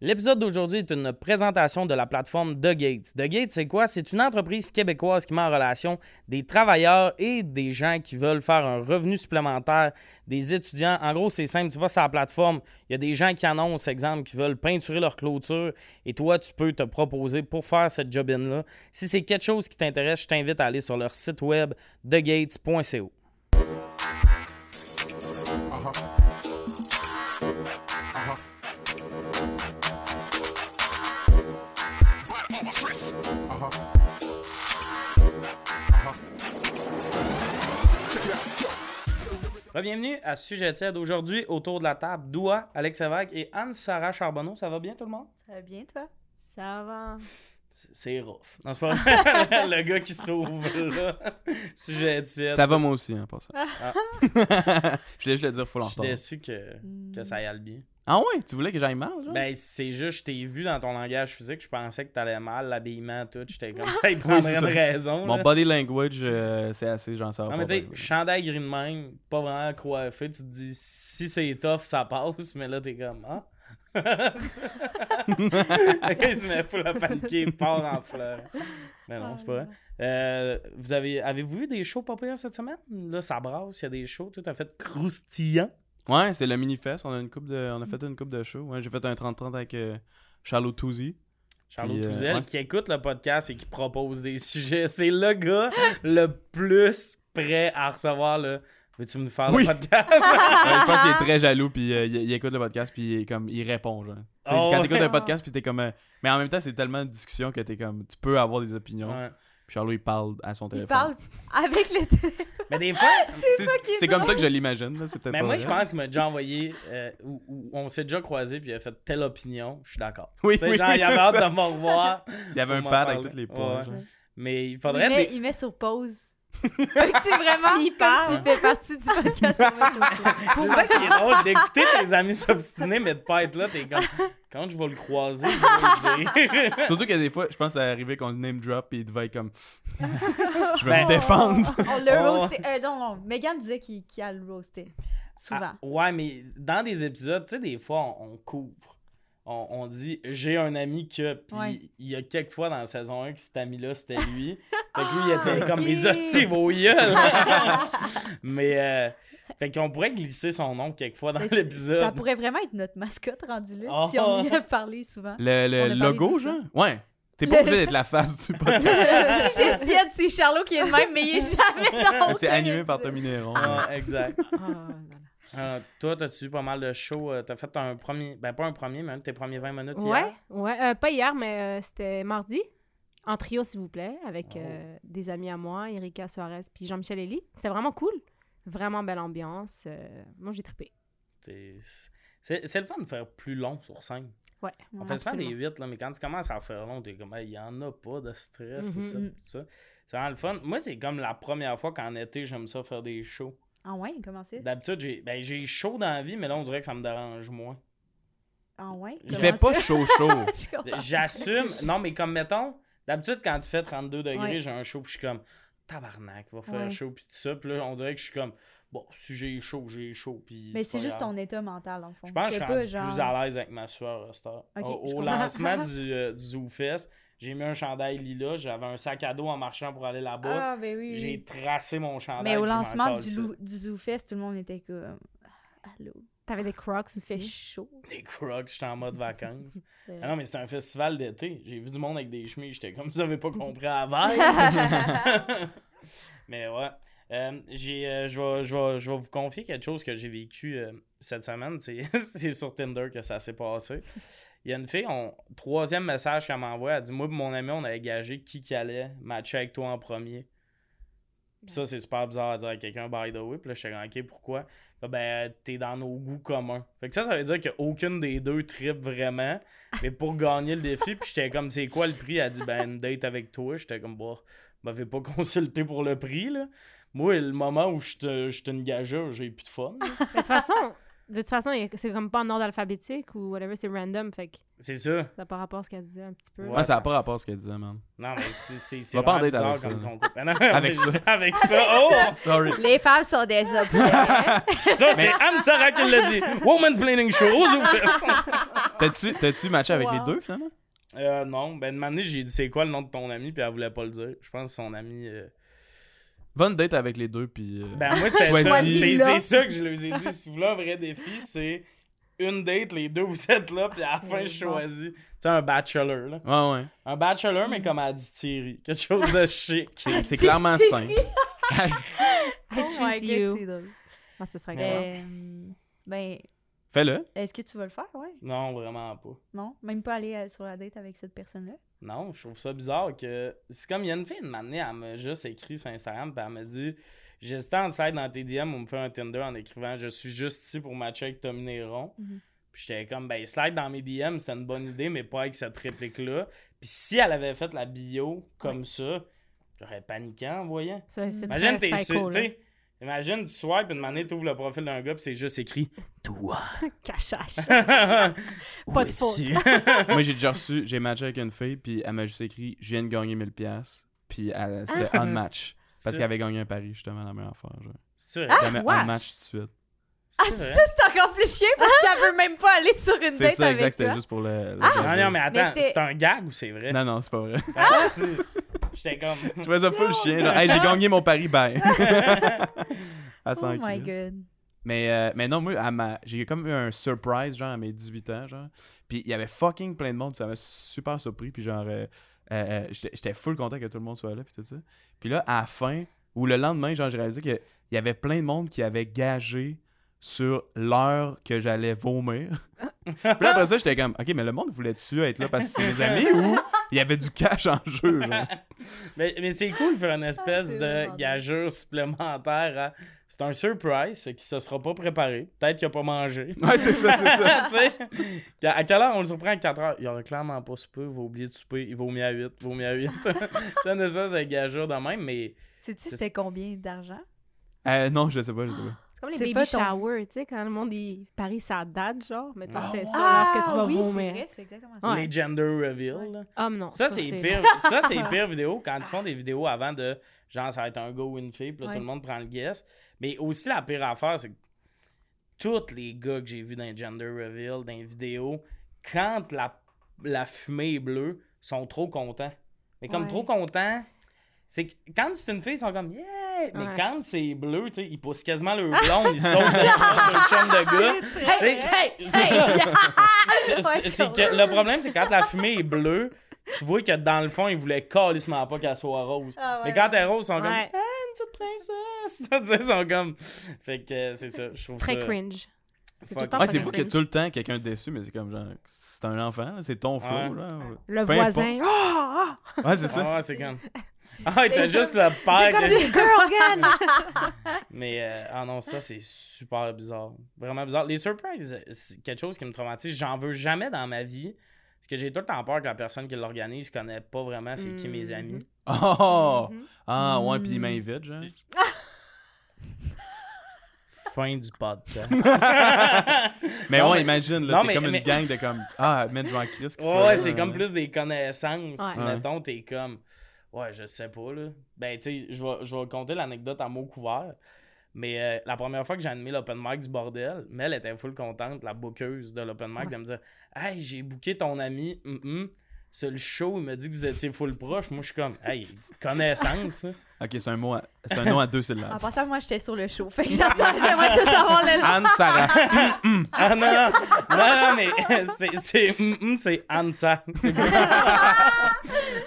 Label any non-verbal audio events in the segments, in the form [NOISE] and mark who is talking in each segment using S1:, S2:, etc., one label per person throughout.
S1: L'épisode d'aujourd'hui est une présentation de la plateforme The Gates. The Gates, c'est quoi? C'est une entreprise québécoise qui met en relation des travailleurs et des gens qui veulent faire un revenu supplémentaire, des étudiants. En gros, c'est simple. Tu vas sur la plateforme, il y a des gens qui annoncent, exemple, qui veulent peinturer leur clôture et toi, tu peux te proposer pour faire cette job-in-là. Si c'est quelque chose qui t'intéresse, je t'invite à aller sur leur site web thegates.co. Bienvenue à Sujet Tiède. Aujourd'hui, autour de la table, Doua, Alex Evac et Anne-Sara Charbonneau. Ça va bien tout le monde?
S2: Euh,
S3: Ça va bien, toi?
S2: Ça
S4: Euh,
S2: va.
S1: C'est- C'est rough. Non, c'est pas vrai. [LAUGHS] le gars qui sauve, là. [LAUGHS] Sujet Tiède.
S4: Ça va moi aussi, en passant.
S2: Ah.
S1: Ah.
S4: [LAUGHS] je voulais juste le dire full
S1: Je
S4: en
S1: suis
S4: retard.
S1: déçu que, que ça aille bien.
S4: Ah ouais, tu voulais que j'aille mal, genre?
S1: Ben, c'est juste, je t'ai vu dans ton langage physique, je pensais que t'allais mal, l'habillement, tout. J'étais comme ça, il prendrait
S4: c'est
S1: une
S4: ça.
S1: raison.
S4: Mon
S1: là.
S4: body language, euh, c'est assez, j'en sors
S1: Non,
S4: pas.
S1: mais tu sais,
S4: bien.
S1: chandail gris de même, pas vraiment coiffé, tu te dis si c'est tough, ça passe, mais là, t'es comme,
S4: [LAUGHS]
S1: ah. il se met pour la paniquer, il part en fleurs. Mais non, c'est pas
S4: Ah,
S1: vrai. Euh, vous avez, avez-vous vu des shows pas pires cette semaine? Là, ça brasse, il y a des shows tout à fait croustillants.
S4: Ouais, c'est le mini-fest. On a, une coupe de... on a fait une coupe de show. Ouais, J'ai fait un 30-30 avec euh, Charlotte Touzy.
S1: Charlot
S4: Puis, euh,
S1: Touzel
S4: ouais,
S1: qui écoute le podcast et qui propose des sujets. C'est le gars le plus prêt à recevoir le Veux-tu me faire
S4: Oui.
S1: le
S4: [LAUGHS]
S1: podcast?
S4: Euh, je pense
S2: Ah.
S4: qu'il est très jaloux, puis euh, il, il écoute le podcast, puis il, est comme, il répond, genre. Tu sais,
S1: Oh,
S4: quand
S1: ouais.
S4: t'écoutes un podcast, puis t'es comme... euh, Mais en même temps, c'est tellement de discussion que t'es comme... Tu peux avoir des opinions.
S1: Ouais.
S4: Puis Charlot, il parle à son
S2: Il
S4: téléphone.
S2: parle avec les [LAUGHS] téléphone.
S1: Mais des fois,
S4: Tu sais,
S2: ça qui est
S4: C'est comme ça que je l'imagine, là. C'est peut-être
S1: mais
S4: pas
S1: Ben, moi,
S4: vrai.
S1: je pense qu'il m'a déjà envoyé, euh, ou, ou- on s'est déjà croisé, puis il a fait telle opinion, je suis d'accord.
S4: Oui,
S1: Tu sais,
S4: oui,
S1: genre,
S4: oui,
S1: il
S4: c'est
S1: avait hâte
S4: ça.
S1: de me revoir,
S4: Il y avait
S1: pour
S4: un
S1: m'en
S4: pad avec
S1: parler.
S4: tous les
S1: Ouais,
S4: points,
S1: ouais.
S4: genre.
S1: mais il
S2: Il
S1: faudrait.
S2: met,
S1: des-
S2: il met sur
S4: [LAUGHS]
S2: pause. Fait que c'est vraiment
S3: Il
S2: comme
S3: parle.
S2: s'il fait partie du podcast. il met sur
S4: [LAUGHS]
S2: pause.
S1: C'est ça qui est drôle, d'écouter tes amis s'obstiner, mais de pas être là, t'es comme, quand je vais le croiser, je vais le dire.
S4: Surtout que des fois, je pense que ça arrivait qu'on le name drop et il devait
S2: [LAUGHS]
S4: être comme. je vais
S1: Ben,
S4: me défendre.
S2: On l'a
S1: Oh.
S2: roasté. Euh, non, non. Megan disait qu'il qu'il a le roasté. Souvent.
S1: Ah, ouais, mais dans des épisodes, tu sais, des fois, on, on couvre. On, on dit j'ai un ami que. Puis
S2: Ouais.
S1: il y a quelques fois dans la saison 1 que cet ami-là, c'était lui. fait que lui, il était
S2: Ah,
S1: comme
S2: ok.
S1: les hosties, vos gueules. [LAUGHS] mais. euh, fait qu'on pourrait glisser son nom quelques fois dans
S2: Mais c'est- Ça
S1: l'épisode.
S2: pourrait vraiment être notre mascotte rendue là
S1: Oh.
S2: si on y a parlé
S4: [LAUGHS]
S2: souvent.
S4: Le,
S2: On a
S4: le
S2: parlé de
S4: logo,
S2: ça.
S4: genre Ouais. T'es pas
S2: Le-
S4: obligé
S2: [LAUGHS]
S4: d'être la face du podcast.
S2: si j'ai tiède, c'est Charlot qui est de même, mais
S4: [LAUGHS]
S2: il est jamais dans
S4: C'est
S2: aucun
S4: animé par
S2: épisode.
S4: Tommy Néron.
S1: Ah, exact.
S2: Ah, non, non.
S1: Euh, toi, t'as-tu eu pas mal de shows? euh, T'as fait un premier. Ben, pas un premier, mais un de tes premiers 20 minutes
S3: Ouais,
S1: hier.
S3: ouais. Euh, pas hier, mais euh, c'était mardi. En trio, s'il vous plaît, avec
S1: Oh.
S3: euh, des amis à moi, Erika Suarez puis Jean-Michel Elie. C'était vraiment cool. Vraiment belle ambiance. euh, moi, j'ai trippé.
S1: T'es- C'est c'est le fun de faire plus long sur scène.
S3: Ouais.
S1: On fait souvent des
S3: absolument.
S1: 8, là, mais quand tu commences à faire long, t'es comme, il n'y en a pas de stress, c'est ça,
S2: Mhm.
S1: pis ça. C'est vraiment le fun. Moi, c'est comme la première fois qu'en été, j'aime ça faire des shows.
S2: Ah ouais, comment c'est?
S1: D'habitude, j'ai ben, j'ai chaud dans la vie, mais là, on dirait que ça me dérange
S2: [LAUGHS]
S1: moins.
S2: Ah ouais?
S1: Il
S4: Il
S2: comment
S4: fait pas
S2: ça?
S4: chaud
S2: [LAUGHS]
S4: chaud.
S2: Je comprends.
S1: J'assume. non, mais comme, mettons, d'habitude, quand tu fais 32 degrés,
S3: Ouais.
S1: j'ai un show, puis je suis comme, tabarnak, va faire
S2: Ouais.
S1: chaud, puis tout ça. Puis là, on dirait que je suis comme, bon, si j'ai chaud, j'ai chaud, puis
S2: Mais
S1: pas
S2: c'est juste
S1: grave.
S2: ton état mental, en fond.
S1: Je pense que je
S2: T'es
S1: suis
S2: pas
S1: rendu
S2: genre-
S1: plus à l'aise avec ma sueur à cette heure. Au-
S2: Ok, je
S1: au
S2: comprends. [LAUGHS]
S1: lancement du, euh, du Zoo Fest, j'ai mis un chandail lila, j'avais un sac à dos en marchant pour aller là-bas.
S2: Ah, ben oui, oui.
S1: j'ai tracé mon chandail.
S2: Mais au
S1: puis je m'en
S2: lancement
S1: colle
S2: du,
S1: ça.
S2: Lou- du Zoo Fest, tout le monde était comme. ah, Allô,
S3: T'avais des Crocs
S2: il fait
S3: aussi.
S2: chaud.
S1: [LAUGHS] Des crocs, j'étais en mode vacances.
S2: [LAUGHS] C'est
S1: Ah
S2: vrai.
S1: non, mais c'était un festival d'été. J'ai vu du monde avec des chemises, j'étais comme, vous avez pas compris avant. mais ouais. Euh, j'ai, euh, je vais- je vais je vais vous confier quelque chose que j'ai vécu euh, cette semaine. C'est [LAUGHS] c'est sur Tinder que ça s'est passé. Il y a une fille, on, troisième message qu'elle m'envoie, elle dit Moi et mon ami, on avait gagé qui qui allait matcher avec toi en premier. Puis ça, c'est super bizarre à dire à quelqu'un, by the way. Puis là, je suis comme, OK, pourquoi Fait, Ben, t'es dans nos goûts communs. Fait que ça, ça veut dire qu'aucune des deux tripe vraiment. Mais pour gagner le défi, puis j'étais comme, C'est quoi le prix Elle dit, Ben, une date avec toi. J'étais comme, Bah, m'avait pas consulté pour le prix, là. Moi, le moment où je suis une gageure, j'ai plus de fun. là.
S3: Mais De toute façon, De toute façon, il- c'est comme pas en ordre alphabétique ou whatever, c'est random, fait que
S1: C'est ça.
S3: ça n'a pas rapport à ce qu'elle disait un petit peu.
S1: Ouais.
S4: Ouais, ça n'a pas rapport à ce qu'elle disait, man.
S1: Non, mais c'est- c'est c'est
S4: Va pas en
S1: vraiment
S4: date
S1: bizarre
S4: avec ça,
S1: comme
S4: là.
S1: concours. Ah non,
S4: Avec
S1: mais-
S4: ça.
S1: Avec ça. Oh!
S4: Sorry.
S2: Les femmes
S1: [LAUGHS]
S2: sont des objets.
S1: Ça, c'est Anne-Sara qui l'a dit. Woman planning show aux ouvertes.
S4: T'as-tu t'as-tu matché avec les
S3: Wow.
S4: deux, finalement?
S1: Euh, non, ben, de manière, j'ai dit c'est quoi le nom de ton ami, puis elle voulait pas le dire. Je pense que son ami. euh,
S4: Va une date avec les deux, puis... euh,
S1: Ben, moi, c'était ça.
S4: Choisis.
S1: C'est
S3: Là.
S1: c'est ça que je leur ai dit. Si vous voulez un vrai défi, c'est une date, les deux, vous êtes là, puis à la fin, je
S3: C'est bon.
S1: choisis. Tu sais, un bachelor, là.
S4: Ouais, ouais.
S1: Un bachelor,
S3: Mm.
S1: mais comme à dit Thierry. Quelque chose de chic.
S4: C'est-
S3: Ah,
S4: C'est clairement simple.
S1: Oh
S3: I choose you.
S2: drôle.
S3: Ah, ce serait excellent.
S2: Euh, Ben, [LAUGHS]
S4: Fais-le.
S2: est-ce que tu vas le faire? Ouais.
S1: Non, vraiment pas.
S2: Non? Même pas aller euh, sur la date avec cette
S3: [LAUGHS]
S2: personne-là?
S1: Non, je trouve ça bizarre que. C'est comme il y a une fille, une matinée, elle m'a juste écrit sur Instagram, puis elle m'a dit J'hésitais en slide dans tes DM ou me faire un Tinder en écrivant Je suis juste ici pour matcher avec Tom Néron.
S2: Mhm.
S1: Puis j'étais comme Ben, slide dans mes DM, c'était une bonne idée, mais pas avec cette réplique-là. Puis si elle avait fait la bio comme ça, j'aurais paniqué en voyant.
S3: Ça, C'est
S1: Imagine,
S3: très
S1: t'es sûr,
S3: psycho,
S1: tu
S3: là.
S1: sais. Imagine, tu swipes, une matinée, t'ouvres le profil d'un gars, puis c'est juste écrit
S3: [LAUGHS]
S1: Toi.
S3: Cachache.
S1: Pas
S3: de faute. [LAUGHS]
S4: Moi, j'ai déjà reçu... J'ai matché avec une fille, puis elle m'a juste écrit « Je viens de gagner 1000 pièces puis elle
S2: Ah.
S4: c'est on match parce qu'elle avait gagné un pari justement la meilleure affaire genre.
S1: C'est
S2: Ah,
S4: Elle met
S3: ouais.
S4: on match tout de suite.
S3: ah,
S1: vrai?
S2: c'est encore plus chiant parce qu'elle veut même pas aller sur une
S4: C'est ça exact, c'était juste pour le, le
S2: Ah!
S1: Non,
S4: plaisir.
S1: Ah, non, mais attends,
S2: c'était-
S1: c'est un gag ou c'est vrai?
S4: Non non, c'est pas vrai.
S1: Ah, c'est- [LAUGHS] J'étais comme.
S4: Je fais ça full chien là. Hey, j'ai gagné mon
S2: [LAUGHS]
S4: pari bye. à
S2: Oh
S4: 100
S2: my god.
S4: Mais, euh, mais non, moi, à ma- j'ai comme eu un surprise, genre, à mes 18 ans, genre. Puis il y avait fucking plein de monde, puis ça m'a super surpris. Puis genre, euh, euh, euh, j'étais j'étais full content que tout le monde soit là, puis tout ça. Puis là, à la fin, ou le lendemain, genre, j'ai réalisé qu'il y avait plein de monde qui avait gagé sur l'heure que j'allais vomir. [LAUGHS] puis là, après ça, j'étais comme, OK, mais le monde voulait-tu être là parce que c'est mes amis ou il y avait du cash en jeu, genre?
S1: Mais, mais c'est cool de faire une espèce
S2: c'est vraiment
S1: de
S2: drôle.
S1: gageure supplémentaire. à- C'est un surprise, fait qu'il se sera pas préparé. Peut-être qu'il a pas mangé.
S4: Ouais, c'est ça,
S1: [LAUGHS]
S4: c'est ça.
S1: Tu sais, à quelle heure on le surprend à 4 heures Il aura clairement pas soupé, il va oublier de souper, il vaut mieux à 8, il vaut mieux à 8. [LAUGHS] c'est une espèce de gageure de même, mais
S2: Sais-tu
S1: C'est-
S2: c'était combien d'argent?
S4: Euh, non, je sais pas, je sais pas.
S3: C'est comme les
S2: C'est
S3: baby
S2: pas ton-
S3: showers, tu sais, quand le monde il parie sa date, genre, mais toi,
S4: Ah
S3: c'était
S4: ouais.
S3: sur l'heure que tu vas
S2: oui, c'est
S3: vomir.
S2: vrai, c'est exactement ça.
S3: Ouais.
S1: les gender reveal. là.
S3: Ah, mais non.
S1: Ça, c'est pire. ça, c'est pire vidéo quand ils font des vidéos avant de genre, ça va être un gars ou une fille, puis là, tout
S2: Ouais.
S1: le monde prend le guess. Mais aussi, la pire affaire, c'est que tous les gars que j'ai vus dans les gender reveal, dans les vidéos, quand la, la fumée est bleue, sont trop contents. Mais comme
S2: Ouais.
S1: trop contents, c'est que quand c'est une fille, ils sont comme yeah! Mais
S3: Ouais.
S1: quand c'est bleu, tu sais, ils poussent quasiment leur blonde, ils sautent dans le chum de gars. Tu sais,
S2: Hey, hey,
S1: c'est ça. [LAUGHS] C'est-
S2: Ouais,
S1: c'est-
S2: je
S1: c'est que le problème, c'est quand la fumée est bleue, tu vois que dans le fond, ils voulaient calissement pas qu'elle soit rose.
S2: Ah ouais.
S1: Mais quand elle est rose, ils sont comme Ah,
S3: Ouais,
S1: une petite princesse. [LAUGHS] Tu sais, ils sont comme. Fait que euh, c'est ça, je trouve
S3: très
S1: ça.
S3: cringe. C'est
S1: Fuck.
S3: tout le temps
S4: Ah,
S3: pas
S4: c'est
S3: de
S4: vous qui êtes
S3: cringe.
S4: tout le temps quelqu'un de déçu, mais c'est comme genre, c'est un enfant, là, c'est ton flow,
S1: Ouais.
S4: là.
S3: Le
S4: Peu
S3: voisin. Ah, ah.
S4: Ouais, c'est
S1: Ah
S4: ça.
S1: ouais, c'est comme. Ah, t'as juste le
S3: C'est
S1: père.
S3: comme
S1: qui-
S3: du girl gun.
S1: [LAUGHS] Mais euh, ah non, ça, c'est super bizarre. Vraiment bizarre. Les surprises, euh, c'est quelque chose qui me traumatise. J'en veux jamais dans ma vie. Parce que j'ai tout le temps peur que la personne qui l'organise connaît pas vraiment c'est qui mes
S3: Mhm.
S1: amis.
S4: [LAUGHS] Oh!
S3: Mhm.
S4: Ah, ouais, puis il m'invite, genre.
S1: Fin du podcast.
S4: [LAUGHS] Mais
S1: Non,
S4: ouais,
S1: mais-
S4: imagine,
S1: non,
S4: là,
S1: mais-
S4: t'es comme
S1: mais-
S4: une gang
S1: [LAUGHS]
S4: de comme, ah, mettre Jean Christ qui se
S1: Ouais,
S4: fait-
S1: ouais, c'est comme plus des connaissances.
S3: Ouais.
S1: Mettons, t'es comme. Ouais, je sais pas, là. Ben, tu sais, je vais je vais raconter l'anecdote à mots couverts. Mais euh, la première fois que j'ai animé l'open mic du bordel, Mel était full contente, la bookeuse de l'open mic, de me dire Hey, j'ai booké ton ami, hum hum. Sur le show, il m'a dit que vous étiez full proche. Moi, je suis comme, hey, connaissance. hein.
S4: Ok, c'est un mot, à-
S1: [LAUGHS]
S4: c'est un nom à deux
S2: En
S3: Ah,
S4: syllabes.
S2: passant, moi, j'étais sur le show. Fait que j'attends, j'aimerais ça savoir le nom.
S4: [LAUGHS] Anne Sarah.
S1: Ah non, non, non, non, mais c'est- c'est hum, hum, c'est
S4: [LAUGHS]
S1: Ansa. C'est pas-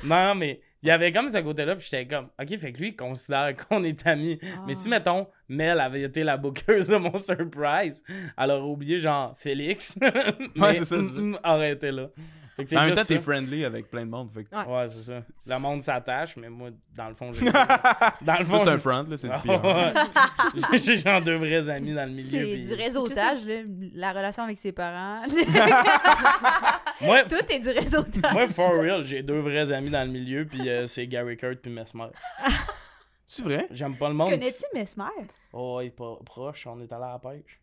S1: non, mais il y avait comme ce côté-là, puis j'étais comme, ok, fait que lui, il considère qu'on est amis.
S4: Ah.
S1: Mais si, mettons, Mel avait été la bookeuse de mon surprise, elle aurait oublié, genre, Félix. [LAUGHS] mais
S4: c'est ça, c'est ça.
S1: hum, hum, aurait été là. Fait que [LAUGHS] c'est
S4: En même
S1: juste
S4: temps, t'es
S1: ça.
S4: friendly avec plein de monde. Fait que
S3: Ouais.
S1: Ouais, c'est ça. Le monde s'attache, mais moi, dans le fond,
S4: [LAUGHS]
S1: j'ai. dans le
S4: ça,
S1: fond,
S4: c'est un
S1: j'ai-
S4: front, là, c'est du pire.
S1: Ah, [LAUGHS] Ouais. J'ai- J'ai genre deux vrais amis dans le milieu.
S2: C'est
S1: puis-
S2: du réseautage, là, la relation avec ses parents. [LAUGHS]
S1: Moi,
S2: Tout est du réseautage.
S1: Moi, for real, j'ai deux vrais amis dans le milieu, puis euh, c'est Gary Kurt puis Mesmer.
S4: C'est vrai?
S1: J'aime pas le
S2: Tu
S1: monde. qui-
S2: connais-tu Mesmer?
S1: Oh, il est pas proche, on est allé à la pêche.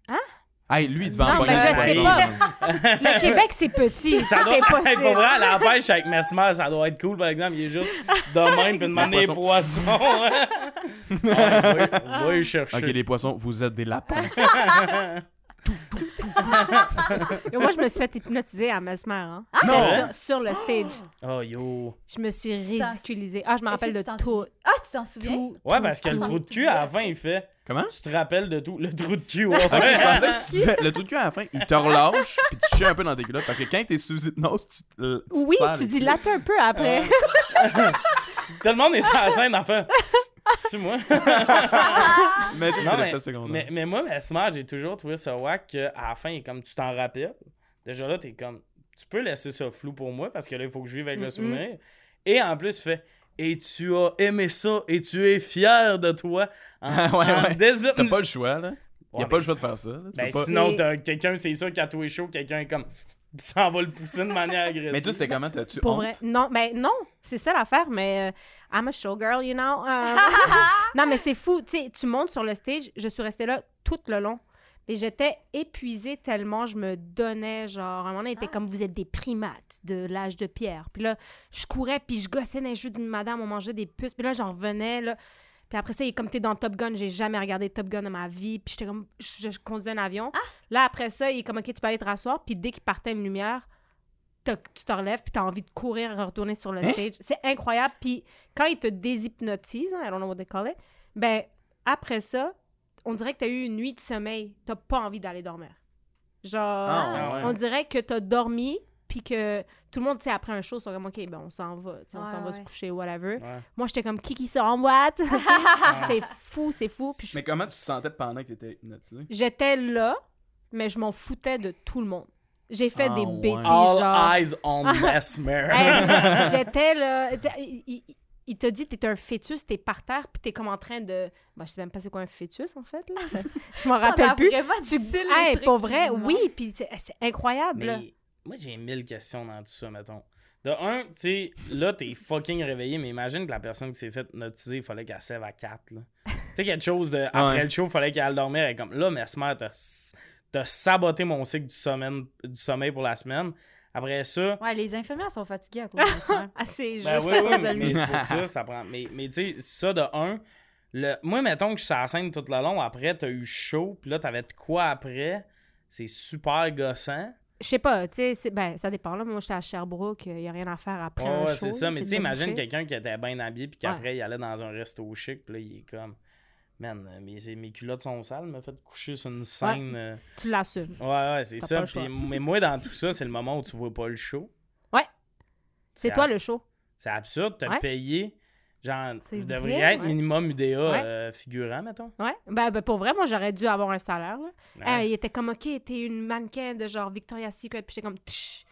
S4: Hey, lui, il te vend pas
S3: Non, mais
S4: grand
S3: je sais
S4: chose,
S3: pas.
S4: hein.
S3: Le Québec, c'est petit.
S1: Ça
S3: Tout
S1: doit
S3: est
S1: Hey, pour
S3: possible.
S1: vrai, à la pêche avec Mesmer, ça doit être cool, par exemple. Il est juste de même, puis de demander les poissons.
S4: [LAUGHS]
S1: ouais, va, va y chercher.
S4: Ok, les poissons, vous êtes des
S3: [LAUGHS]
S4: lapins.
S3: Et moi, je me suis fait hypnotiser à Mesmer. Hein.
S1: Non.
S3: Sur, sur le stage.
S1: Oh, yo.
S3: Je me suis
S2: t'en-
S3: ridiculisée. Ah, je me
S2: Ah. Est-ce
S3: rappelle
S2: que
S3: de
S2: tu t'en
S3: tout.
S2: souviens? Ah, tu t'en souviens?
S3: tout
S1: Ouais,
S3: tout,
S1: parce que le
S3: tout.
S1: trou de cul, à la fin, il fait.
S4: Comment?
S1: Tu te rappelles de tout? Le trou de cul, ouais.
S4: Ok, je pensais que tu disais, le truc à la fin, il te relâche, puis tu chies un peu dans tes culottes, parce que quand t'es sous hypnose, tu, te- euh, tu te
S3: Oui,
S4: sers
S3: tu
S4: les
S3: dis
S4: culottes.
S3: latte un peu après.
S1: Tout le monde est sur la scène, enfin. C'est-tu moi?
S4: Mais tu
S1: Non,
S4: c'est
S1: mais,
S4: l'effet secondaire.
S1: mais, mais moi, Mesmer, j'ai toujours trouvé ça wack qu'à la fin, il est comme tu t'en rappelles. Déjà là, t'es comme tu peux laisser ça flou pour moi parce que là, il faut que je vive avec le
S3: Mhm.
S1: souvenir. Et en plus, il fait et tu as aimé ça et tu es fier de
S4: [LAUGHS]
S1: toi. En,
S4: Ouais,
S1: en
S4: ouais.
S1: désir-
S4: T'as pas le choix, là. Il
S1: Ouais,
S4: a pas le choix de faire ça. là. Tu
S1: ben,
S4: peux pas-
S1: Sinon,
S3: C'est-
S1: t'as- quelqu'un, c'est sûr qu'à tous les shows, quelqu'un est comme [LAUGHS] ça va le pousser de manière agressive.
S4: Mais toi, c'était comment? T'as-tu
S3: Pour
S4: honte?
S3: vrai. Non, mais non, c'est ça l'affaire, mais euh, I'm a showgirl, you know. Euh, non, mais c'est fou. Tu sais, tu montes sur le stage, je suis restée là tout le long. Et j'étais épuisée tellement je me donnais, genre, à un moment donné, il était
S2: Ah.
S3: comme vous êtes des primates de l'âge de pierre. Puis là, je courais, puis je gossais dans les jeux d'une madame, on mangeait des puces, puis là, j'en revenais, là. Puis après ça, il est comme t'es dans Top Gun, j'ai jamais regardé Top Gun de ma vie, puis j'étais comme, je, je conduisais un avion. Là, après ça, il est comme, OK, tu peux aller te rasseoir, puis dès qu'il partait une lumière, t'as- tu te relèves, puis t'as envie de courir, retourner sur le
S4: Hein?
S3: stage. C'est incroyable, puis quand il te déshypnotise, hein, I don't know what they call it, ben, après ça, on dirait que t'as eu une nuit de sommeil, t'as pas envie d'aller dormir. Genre,
S4: Ah, ouais.
S3: on dirait que t'as dormi, puis que tout le monde, tu sais, après un show, sont comme, OK, ben, on s'en va, tu sais, on
S2: Ouais,
S3: s'en va
S2: ouais.
S3: se coucher, whatever.
S1: Ouais.
S3: Moi, j'étais comme, qui qui sort
S4: [LAUGHS]
S3: en boîte? c'est fou, c'est fou. Puis je-
S4: Mais comment tu te sentais pendant que t'étais hypnotisé?
S3: j'étais là, mais je m'en foutais de tout le monde. J'ai fait
S4: Ah,
S3: des
S4: ouais.
S3: bêtises,
S1: All
S3: genre.
S1: eyes on Mesmer.
S3: [LAUGHS] Hey, J'étais là. tu sais, Il, il- il te dit, t'es un fœtus, t'es par terre, puis t'es comme en train de. Bah, je sais même pas c'est quoi un fœtus, en fait. Là.
S1: [LAUGHS]
S3: Je m'en
S2: Ça a
S3: rappelle
S2: l'air
S3: plus.
S2: vraiment
S3: Tu...
S2: difficile, les
S3: Hey,
S2: trucs
S3: pour
S2: qui
S3: vrai,
S2: demandent.
S3: oui, puis tu sais, c'est incroyable. là.
S1: Mais moi, j'ai mille questions dans tout ça, mettons. De un, tu sais, là, t'es fucking réveillé, mais imagine que la personne qui s'est faite hypnotiser, il fallait qu'elle sève à 4. là. Tu sais, quelque chose de. Après
S4: Ouais.
S1: le show, il fallait qu'elle aille dormir. Elle est comme là, Mesmer, t'as s- t'as saboté mon cycle du, semaine, du sommeil pour la semaine. Après ça.
S2: Ouais, les infirmières sont fatiguées à cause de
S3: [LAUGHS]
S2: ça.
S3: Ah, c'est juste.
S1: Ben oui,
S3: à
S1: oui,
S3: cause de
S1: mais, mais
S3: lui.
S1: c'est pour ça, ça prend. Mais, mais tu sais, ça de un. Le... Moi, mettons que je suis à la scène tout le long, après, t'as eu chaud, puis là, t'avais de quoi après? C'est super gossant.
S3: Je sais pas, tu sais, c'est- ben, ça dépend. Là. Moi, j'étais à Sherbrooke, il y a rien à faire après. un
S1: Ouais, ouais,
S3: show,
S1: c'est ça.
S3: là,
S1: Mais
S3: de
S1: tu sais, imagine
S3: boucher.
S1: quelqu'un qui était bien habillé, puis qu'après, il allait dans un resto chic, puis là, il est comme. Man, euh, mes, mes culottes sont sales, m'a fait coucher sur une scène. euh.
S3: Tu l'assumes.
S1: Ouais, ouais, c'est
S3: T'as
S1: ça.
S3: pas le
S1: Puis,
S3: choix.
S1: mais moi, dans tout ça, c'est le moment où tu vois pas le show.
S3: C'est
S1: Ah.
S3: toi le show.
S1: C'est absurde, t'as
S3: Ouais.
S1: payé. Genre,
S3: C'est
S1: tu
S3: vrai,
S1: devrais être
S3: ouais.
S1: minimum UDA
S3: Ouais.
S1: euh, figurant, mettons.
S3: Ouais. Ben, ben, pour vrai, moi, j'aurais dû avoir un salaire. là.
S1: Ouais.
S3: Hey, il était comme, OK, t'es une mannequin de genre Victoria's Secret. Puis j'étais comme, Tch,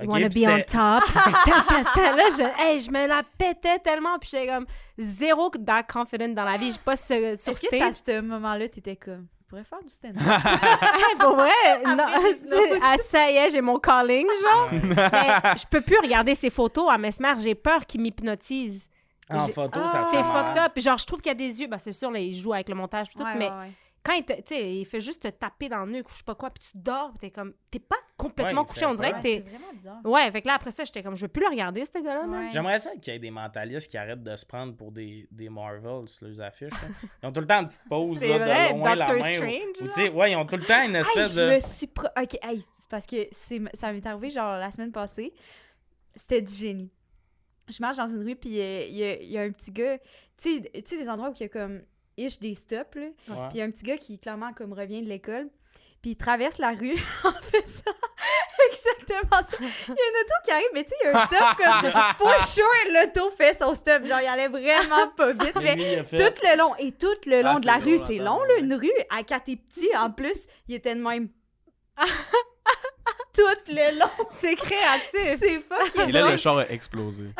S3: you
S1: Ok,
S3: wanna
S1: puis
S3: be on
S1: c'était- [LAUGHS]
S3: top. Fait que, ta, ta, ta, là, je, hey, je me la pétais tellement. Puis j'étais comme, zéro d'air confident dans la vie. Je passe euh, sur
S2: Est-ce que c'est à
S3: stage.
S2: ce moment-là, t'étais comme, je pourrais faire du stand-up?
S3: Hey,
S2: [LAUGHS]
S3: pour vrai, non,
S2: Après,
S3: [LAUGHS] tu sais,
S2: non.
S3: ah, ça y est, j'ai mon calling,
S1: [LAUGHS]
S3: genre.
S1: Ouais.
S3: Mais je peux plus regarder ces photos à Mesmer. J'ai peur qu'il m'hypnotise.
S1: En
S3: J'ai-
S1: photo,
S2: Ah,
S1: ça
S3: C'est
S1: serait
S3: fucked
S1: malade.
S3: up. Genre, je trouve qu'il y a des yeux. Ben, c'est sûr, là, il joue avec le montage puis tout,
S2: Ouais,
S3: mais
S2: ouais, ouais.
S3: quand il, te- tu sais, il fait juste te taper dans le nuque ou je sais pas quoi, puis tu dors, puis t'es comme... T'es pas complètement
S1: Ouais, il fait
S3: couché, on dirait
S1: peur.
S3: que
S2: Ouais, c'est
S3: t'es...
S2: vraiment bizarre.
S3: Ouais, fait que là, après ça, j'étais comme, je veux plus le regarder, ce gars-là, man. [LAUGHS]
S2: Ouais.
S1: J'aimerais ça qu'il y ait des mentalistes qui arrêtent de se prendre pour des, des Marvels, leurs affiches. là. Ils ont tout le temps une
S2: [LAUGHS]
S1: petite pause
S3: C'est
S1: là,
S3: vrai,
S1: de loin
S3: Doctor
S1: la main. ou-
S3: Strange,
S1: ou
S3: là.
S1: tu sais, ouais, ils ont tout le temps une
S2: Hey,
S1: espèce
S2: je
S1: de.
S2: me suis pro- OK, hey, c'est parce que c'est ça m'est arrivé genre la semaine passée. C'était du génie. Je marche dans une rue puis euh, il y, a- il y a un petit gars, tu sais tu sais des endroits où il y a comme ish des stops là, puis
S1: Ouais.
S2: il y a un petit gars qui clairement comme revient de l'école. Puis il traverse la rue [LAUGHS] en faisant exactement ça. Il y a une auto qui arrive, mais tu sais, il y a un stop
S1: [LAUGHS]
S2: comme... For sure, l'auto fait son stop. Genre, il allait vraiment
S1: [LAUGHS]
S2: pas vite,
S1: Mais
S2: mais
S1: lui, il a fait-
S2: tout le long, et tout le long
S4: Ah,
S2: de la
S4: c'est
S2: rue,
S4: drôle,
S2: c'est
S4: attends,
S2: long, là,
S4: ouais.
S2: une rue, à quand t'es petit, en plus, il était de
S3: [LAUGHS]
S2: même. tout le long,
S3: C'est créatif!
S2: c'est fucking
S4: Et là, le
S2: drôle.
S4: char a explosé.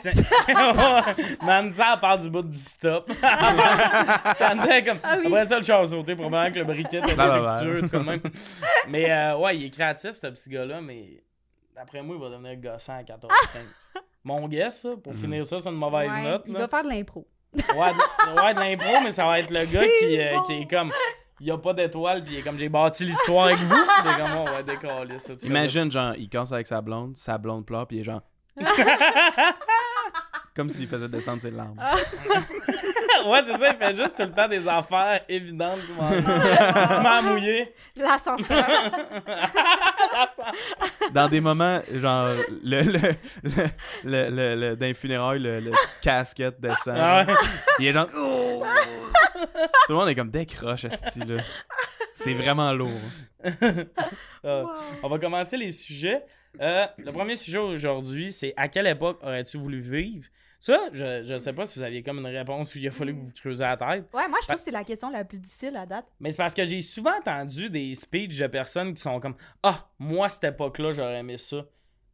S1: [LAUGHS] C'est- c'est- Manza, elle part du bout du
S2: [LAUGHS]
S1: stop. [LAUGHS] Manza, comme.
S2: Ah oui.
S1: Après ça, le char a sauté, probablement que le briquet était
S4: Bah, bah,
S1: défectueux,
S4: bah.
S1: tout de même. Mais euh, ouais, il est créatif, ce petit gars-là, mais d'après moi, il va devenir gossant à 14-15.
S2: [LAUGHS]
S1: Mon guess, là, pour
S4: Mhm.
S1: finir ça, c'est une mauvaise
S2: Ouais,
S1: note.
S2: il
S1: là.
S2: va faire de l'impro.
S1: Ouais, de, ouais, de l'impro, mais ça va être le gars qui, euh,
S3: bon.
S1: qui est comme il n'y a pas d'étoile, puis il est comme j'ai bâti l'histoire avec vous. Puis il est comme, oh, on va décoller ça. tu
S4: Imagine, genre, il casse avec sa blonde, sa blonde pleure, puis il
S1: [LAUGHS]
S4: est genre. Comme s'il faisait descendre ses larmes.
S1: faisais- Ouais, c'est ça, [LAUGHS] il fait juste tout le temps des affaires évidentes. comment- il se met à mouiller.
S2: L'ascenseur.
S1: [LAUGHS]
S4: Dans des moments, genre, le, le, le, le, le- le- dans les funérailles, le, le casquette descend.
S1: Ah ouais.
S4: Il est genre. Oh! Tout le monde est comme décroche, esti, là. C'est vraiment lourd.
S1: Ah. On va commencer les sujets. Euh, le premier sujet aujourd'hui, c'est à quelle époque aurais-tu voulu vivre? Ça, je ne sais pas si vous aviez comme une réponse où il a fallu que vous creusiez la tête.
S2: Ouais, moi, je trouve que c'est la question la plus difficile à date.
S1: Mais c'est parce que j'ai souvent entendu des speeches de personnes qui sont comme Ah, moi, cette époque-là, j'aurais aimé ça.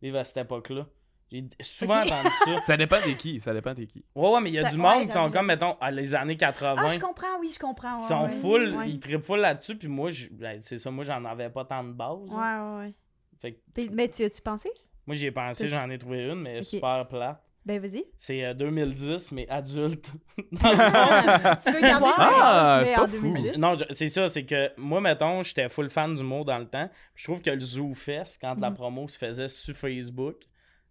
S1: Vivre à cette époque-là. J'ai souvent
S2: Ok.
S1: entendu ça.
S4: Ça dépend des qui, ça dépend des qui.
S1: Ouais, ouais, mais il y a
S2: Ça-
S1: du
S2: ouais,
S1: monde qui sont
S2: j'avoue.
S1: comme, mettons, à les années 80.
S2: Ah, je comprends, oui, je comprends.
S1: qui
S2: ouais,
S1: sont
S2: ouais.
S1: full,
S2: Ouais.
S1: ils trippent full là-dessus. Puis moi, je- ben, c'est ça, moi, j'en avais pas tant de base.
S2: Ouais,
S1: là.
S2: ouais, ouais.
S1: Fait que-
S2: Puis- mais tu as-tu pensé?
S1: moi, j'y ai pensé, j'en ai trouvé une, mais
S2: Ok.
S1: super plate.
S2: Ben,
S4: [LAUGHS]
S2: vas-y.
S1: C'est euh, 2010, mais
S2: [LAUGHS]
S1: adulte. [LAUGHS] Dans le fond,
S2: Tu peux garder
S3: Ouais.
S4: Ah, c'est
S2: mais
S4: pas
S2: en
S4: fou.
S2: 2010.
S1: non, je- c'est ça, c'est que moi, mettons, j'étais full fan d'humour dans le temps. Je trouve que le ZooFest, quand la
S2: Mhm.
S1: promo se faisait sur Facebook,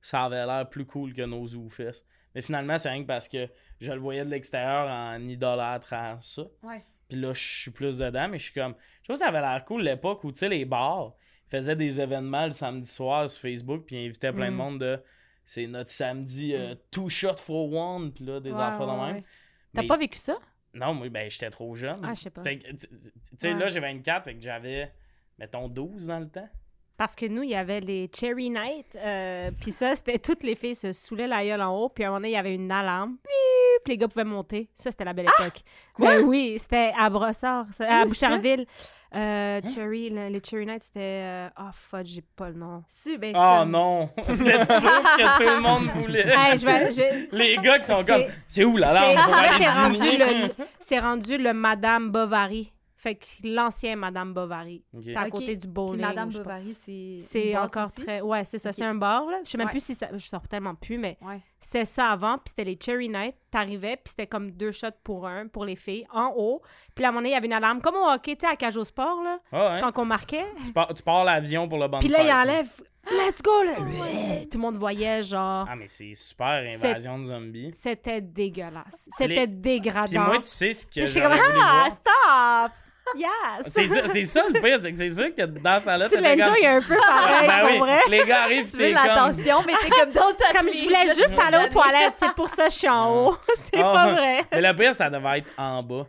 S1: ça avait l'air plus cool que nos ZooFest. Mais finalement, c'est rien que parce que je le voyais de l'extérieur en idolâtrant ça.
S2: Ouais.
S1: Puis là, je suis plus dedans, mais je suis comme. Je trouve que ça avait l'air cool l'époque où, tu sais, les bars faisaient des événements le samedi soir sur Facebook, puis ils invitaient plein de
S2: Mm.
S1: monde de. C'est notre samedi euh, two shot for one, puis là, des affaires de même.
S3: T'as
S1: Mais-
S3: pas vécu ça?
S1: Non, moi, ben, j'étais trop jeune.
S3: Ah, je sais pas.
S1: Fait que, tu tu- tu sais,
S2: Ouais.
S1: là, j'ai 24, fait que j'avais, mettons, 12 dans le temps.
S3: Parce que nous, il y avait les Cherry Night, euh, puis ça, c'était toutes les filles se saoulaient la gueule en haut, puis à un moment donné, il y avait une alarme, Bip! puis les gars pouvaient monter. Ça, c'était la belle époque.
S1: Quoi?
S3: Ben oui, c'était à Brossard, ça- à
S2: Ah! Où ça? Hein?
S3: Boucherville. Euh, Cherry, le- les Cherry Night, c'était... euh, Oh, fuck, j'ai pas le
S1: [LAUGHS]
S3: nom.
S2: Si, ben,
S1: Oh
S2: c'est
S4: Ah,
S2: comme-
S3: [LAUGHS]
S1: non! [LAUGHS] C'est ça ce que tout le monde voulait.
S3: Hey, je vais-
S1: [LAUGHS]
S3: je-
S1: Les gars qui sont
S3: C'est-
S1: comme, c'est où la
S3: C'est-
S1: langue?
S3: [LAUGHS] en fait, c'est rendu, le, c'est rendu le Madame Bovary. Fait que l'ancien Madame Bovary.
S1: Ok.
S3: C'est à
S2: Ok.
S3: côté du bowling.
S2: Puis Madame
S3: je sais pas.
S2: Bovary, c'est. une
S3: C'est
S2: boîte
S3: encore
S2: aussi?
S3: très. Ouais, c'est ça.
S2: Ok.
S3: C'est un bar, là. Je sais même
S2: Ouais.
S3: plus si ça. Je sors tellement plus, mais
S2: Ouais.
S3: c'était ça avant. Puis c'était les Cherry Night. T'arrivais, puis c'était comme deux shots pour un, pour les filles, en haut. Puis là, à un moment donné, il y avait une alarme, comme au hockey, tu sais, à Cage au Sport, là,
S1: [LAUGHS] Ah, hein?
S3: quand on marquait.
S1: tu, pars, tu pars l'avion pour le bon
S3: Puis là, il enlève. Let's go, là. Tout le monde voyait, genre.
S1: Ah, mais c'est super invasion de zombies.
S3: C'était dégueulasse.
S1: Les-
S3: C'était
S1: Puis
S3: dégradant.
S1: moi, tu sais ce que
S3: Puis j'étais
S1: j'aurais
S3: comme,
S1: voulu voir.
S3: Ah, stop! Yes!
S1: C'est ça, c'est ça le pire, c'est que c'est ça que dans sa lettre,
S3: tu l'enjoy un peu pareil,
S1: ben
S3: pour
S1: oui,
S3: vrai.
S1: les gars
S3: [LAUGHS]
S1: arrivent,
S2: Tu veux
S1: t'es comme...
S2: l'attention, mais t'es comme dans ta
S3: Comme je voulais juste aller aux toilettes, c'est pour ça que je suis en haut. [LAUGHS] C'est
S1: Ah,
S3: pas vrai.
S1: Mais le pire, ça devait être en bas.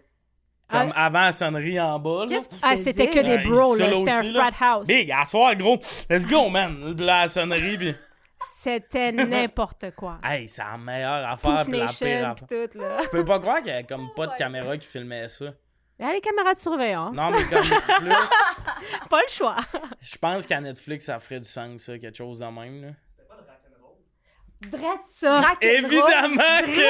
S1: Comme avant la sonnerie en bas, là.
S2: Qu'est-ce qu'il
S3: Ah, c'était que
S2: faisait?
S3: des
S1: Ouais,
S3: bros,
S1: ça,
S3: là.
S1: là
S3: C'était un
S1: aussi, là.
S3: frat house.
S1: Big, à soir, gros. Let's go, man. La sonnerie, puis. [LAUGHS]
S3: C'était n'importe quoi.
S1: Hey, c'est la meilleure affaire,
S3: Poof
S1: puis Ah, la pire
S3: Nation,
S1: affaire.
S3: pis tout, là.
S1: Je peux pas croire qu'il y avait
S3: Oh
S1: comme pas de caméra qui filmait ça.
S3: Ah, les caméras de surveillance.
S1: Non, mais
S3: [LAUGHS]
S1: comme plus,
S3: Pas
S1: [LAUGHS]
S3: le choix.
S1: je pense qu'à Netflix, ça ferait du sang, ça, quelque chose de même, là.
S3: Drette ça.
S1: Évidemment que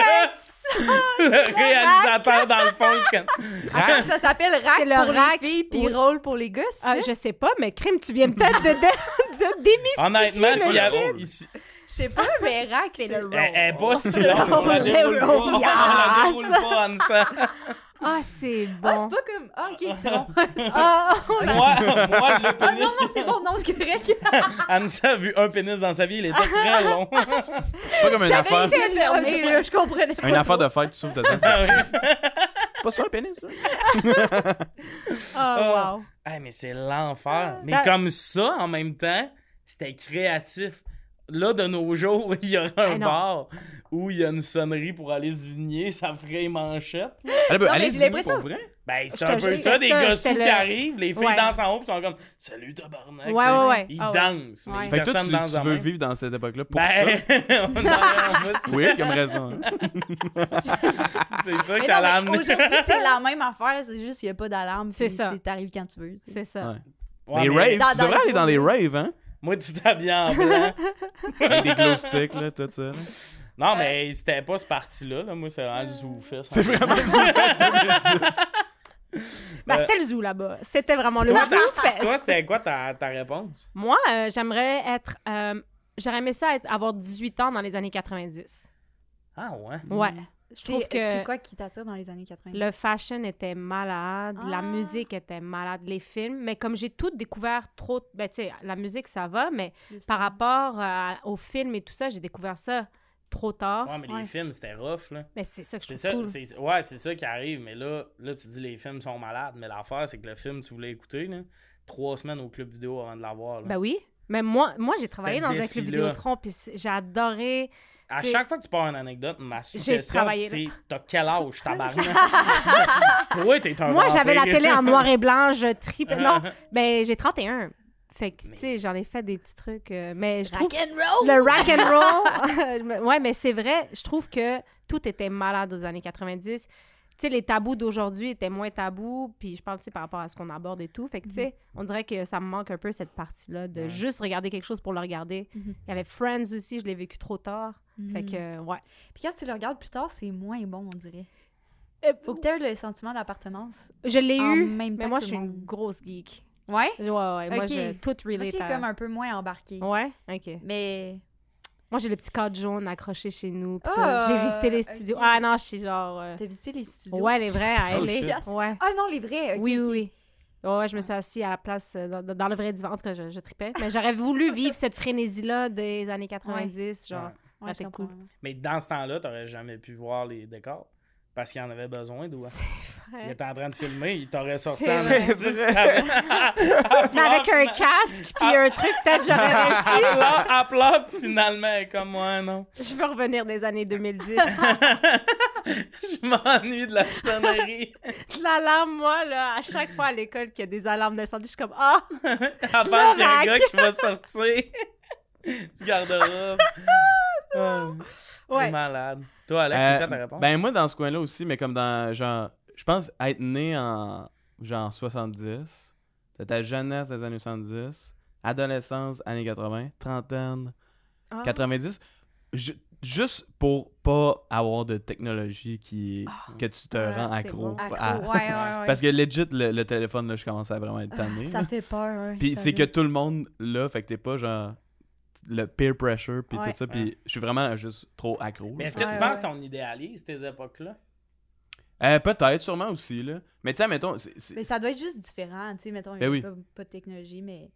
S1: [LAUGHS] le réalisateur, dans le fond, quand-
S2: Attends, ça s'appelle rack
S3: C'est le
S2: pour
S3: rack.
S2: les filles puis
S3: Oui.
S2: roll pour les gosses.
S3: Ah, je sais pas, mais crime, tu viens peut-être de, de, de
S1: [LAUGHS]
S3: démystifier
S1: Honnêtement,
S3: le
S1: s'il y a.
S3: titre.
S1: il- si-
S2: Je sais pas,
S3: [LAUGHS]
S2: mais rack, c'est le.
S1: Elle elle est pas si longue, on la
S3: Le
S1: déroule pas. On la
S3: roll.
S1: déroule pas, Anissa.
S3: [LAUGHS] Ah, c'est
S2: Ah, c'est
S3: bon.
S2: pas comme. Ah, ok, c'est bon.
S3: Ah, on l'a-
S1: Moi, moi, le
S2: Ah, non,
S1: pénis
S2: non, c'est bon, non, c'est correct.
S1: Anissa a vu un pénis dans sa vie, il était
S3: [LAUGHS]
S1: très long.
S4: C'est pas comme une affaire,
S2: C'est fermé, là, je comprenais.
S4: une affaire de fête, tu souffles dedans.
S1: Ah
S4: C'est pas ça un pénis, là.
S3: Ah, wow.
S1: Hey, mais c'est l'enfer. mais
S3: Ah, c'est-
S1: comme ça, en même temps, c'était créatif. Là, de nos jours, [LAUGHS] il y aura un
S3: Ah, non.
S1: bar où il y a une sonnerie pour aller zigner, ça ferait une manchette.
S4: Allez, ben,
S2: Non, mais
S4: allez,
S2: j'ai
S4: dis-nous
S2: l'impression-
S4: pour vrai.
S1: Ben, c'est
S3: te
S1: un peu
S3: jure,
S1: ça,
S3: c'est
S1: des
S3: ça,
S1: gars
S3: c'était
S1: sous qui
S3: le-
S1: arrivent, les filles
S3: Ouais.
S1: dansent en haut, puis sont comme « Salut, tabarnak!
S3: Ouais,
S1: tu sais.
S3: ouais, ouais.
S1: Ils
S3: Ah, ouais.
S1: dansent,
S3: Ouais.
S1: mais
S4: Fait que toi,
S1: personne
S4: tu,
S1: danse
S4: tu
S1: en
S4: veux
S1: même.
S4: vivre dans cette époque-là pour ça.
S1: Ben, [LAUGHS] on en-
S4: [LAUGHS] Oui, comme raison. hein.
S1: c'est ça
S2: Mais
S1: qu'elle a
S2: non, mais
S1: amené.
S2: aujourd'hui, c'est la même affaire, c'est juste qu'il n'y a pas d'alarme.
S3: C'est
S2: puis
S3: ça.
S2: T'arrives quand tu veux. tu sais.
S3: C'est ça.
S4: Ouais.
S1: Ouais,
S4: les
S1: mais
S4: raves,
S2: Dans-
S4: tu
S2: dans
S4: devrais
S2: les
S4: aller dans les raves, hein?
S1: Moi, tu t'habilles en blanc.
S4: Avec
S1: [LAUGHS]
S4: des glow sticks, là, tout ça. là.
S3: Euh,
S1: Non, mais c'était pas ce parti-là. là. Moi, c'est vraiment le zoufest.
S4: C'est vraiment du fest 2010.
S3: Ben,
S1: Euh,
S3: c'était le zoo là-bas. C'était vraiment le
S1: Toi,
S3: zoo
S1: Toi,
S3: fest.
S1: c'était quoi ta, ta réponse?
S3: Moi, euh, j'aimerais être. euh, J'aurais aimé ça être- avoir 18 ans dans les années 90.
S1: Ah ouais?
S3: Ouais. je
S2: Mm. C'est-
S3: trouve que
S2: C'est quoi qui t'attire dans les années 80?
S3: le fashion était malade,
S2: Ah.
S3: la musique était malade, les films. Mais comme j'ai tout découvert trop... Ben, tu sais, la musique, ça va, mais
S2: Le style.
S3: par rapport euh, à- aux films et tout ça, j'ai découvert ça trop tard.
S1: Ouais, mais
S2: Ouais.
S1: les films, c'était rough, là.
S3: Mais c'est ça que je
S1: C'est
S3: trouve
S1: ça,
S3: cool.
S1: c'est- ouais, c'est ça qui arrive, mais là, là, tu dis les films sont malades, mais l'affaire, c'est que le film, tu voulais écouter, là, trois semaines au club vidéo avant de l'avoir. là.
S3: Ben oui. Mais moi, moi j'ai travaillé
S1: le
S3: dans un
S1: défi,
S3: club
S1: là.
S3: Vidéotron, puis c'est- j'ai adoré...
S1: à
S3: t'sais-
S1: chaque fois que tu pars une anecdote, ma
S3: J'ai
S1: suggestion,
S3: travaillé là.
S1: c'est t'as quel âge, tabarnak?
S3: [LAUGHS]
S1: Toi, t'es un
S3: Moi, j'avais la
S1: vampire.
S3: télé en noir et
S1: [LAUGHS]
S3: blanc, je tripe. Non, ben j'ai 31. Fait que,
S1: Mais-
S3: tu sais, j'en ai fait des petits trucs. euh, mais je trouve
S2: Rock'n'roll!
S3: le rock and [LAUGHS] roll. je me- ouais, mais c'est vrai, je trouve que tout était malade aux années 90. Tu sais, les tabous d'aujourd'hui étaient moins tabous, puis je parle, tu sais, par rapport à ce qu'on aborde et tout. Fait que, tu sais, on dirait que ça me manque un peu cette partie-là de
S1: Ouais.
S3: juste regarder quelque chose pour le regarder.
S2: Mhm.
S3: Il y avait Friends aussi, je l'ai vécu trop tard. Fait que, euh, ouais.
S2: Mm. Puis quand tu le regardes plus tard, c'est moins bon, on dirait. Faut
S3: Faut
S2: que
S3: que-
S2: t'aies le sentiment d'appartenance.
S3: Euh, Je l'ai
S2: En
S3: eu,
S2: même temps
S3: mais moi,
S2: que
S3: je
S2: tout
S3: suis
S2: le
S3: une
S2: monde.
S3: grosse geek.
S2: Ouais?
S3: Ouais, ouais, ouais. Moi,
S2: Ok.
S3: je tout
S2: Moi,
S3: relate
S2: j'ai
S3: à-
S2: comme un peu moins embarqué.
S3: euh. Ouais? OK.
S2: Mais
S3: Moi, j'ai le petit cadre jaune accroché chez nous. pis
S2: Ah,
S3: tout. j'ai visité les
S2: ok.
S3: studios. Ah non, je suis genre... euh,
S2: t'as visité les studios.
S3: Ouais, les vrais à
S4: Oh,
S3: LA.
S4: shit.
S3: Ouais.
S2: Ah non, les vrais. ok,
S3: oui,
S2: ok.
S3: oui, oui. Ouais, ouais, je me suis assise à la place euh, dans, dans le vrai divan. En tout cas, je, je tripais. Mais j'aurais [LAUGHS] voulu vivre cette frénésie-là des années 90. Genre,
S1: Ouais.
S2: Ouais,
S3: Ah,
S2: je
S3: t'es
S2: comprends.
S1: Mais dans ce temps-là, t'aurais jamais pu voir les décors parce qu'il en avait besoin, d'où.
S3: c'est
S1: Il
S3: vrai.
S1: était en train de filmer, il t'aurait sorti
S3: C'est
S1: en
S3: vrai.
S1: artiste
S4: C'est
S1: avec-
S3: Mais avec un casque puis un truc, peut-être
S1: [LAUGHS]
S3: j'aurais réussi.
S1: À plat- à plat, puis finalement, elle est comme moi, non. [LAUGHS]
S3: Je veux revenir des années 2010.
S1: Je m'ennuie de la sonnerie.
S3: [LAUGHS] L'alarme, moi, là, à chaque fois à l'école qu'il y a des alarmes d'incendie, je suis comme Ah!
S1: À pense qu'il y a un
S3: L'oracle.
S1: gars qui va sortir du garde-robe.
S3: [LAUGHS]
S1: Oh, t'es
S3: Ouais.
S1: malade. Toi, Alex, c'est
S4: Euh,
S1: quoi ta réponse?
S4: Ben moi dans ce coin-là aussi, mais comme dans genre je pense être né en genre 70, de ta jeunesse des années 70, adolescence années 80, trentaine
S3: Ah.
S4: 90, ju- juste pour pas avoir de technologie qui que tu te
S3: Ah,
S4: rends
S3: c'est
S4: accro,
S3: bon.
S4: à-
S2: Accro, ouais, ouais, ouais.
S4: parce que legit le, le téléphone là je commence à vraiment être tanné.
S2: ça
S4: là.
S2: fait peur. ouais,
S4: Puis
S2: ça
S4: c'est que
S2: fait-
S4: tout le monde là, fait que t'es pas genre le peer pressure puis
S2: Ouais.
S4: tout ça puis je suis vraiment juste trop accro.
S1: Mais
S4: là.
S1: est-ce que
S2: Ouais,
S3: Euh,
S1: tu penses
S2: ouais.
S1: qu'on idéalise tes époques-là?
S4: Euh, peut-être, sûrement aussi, là. Mais tu sais, mettons, c'est- c'est-
S2: Mais ça doit être juste différent. Tu sais, mettons, il y
S4: Ben
S2: a
S4: oui.
S2: pas, pas de technologie, mais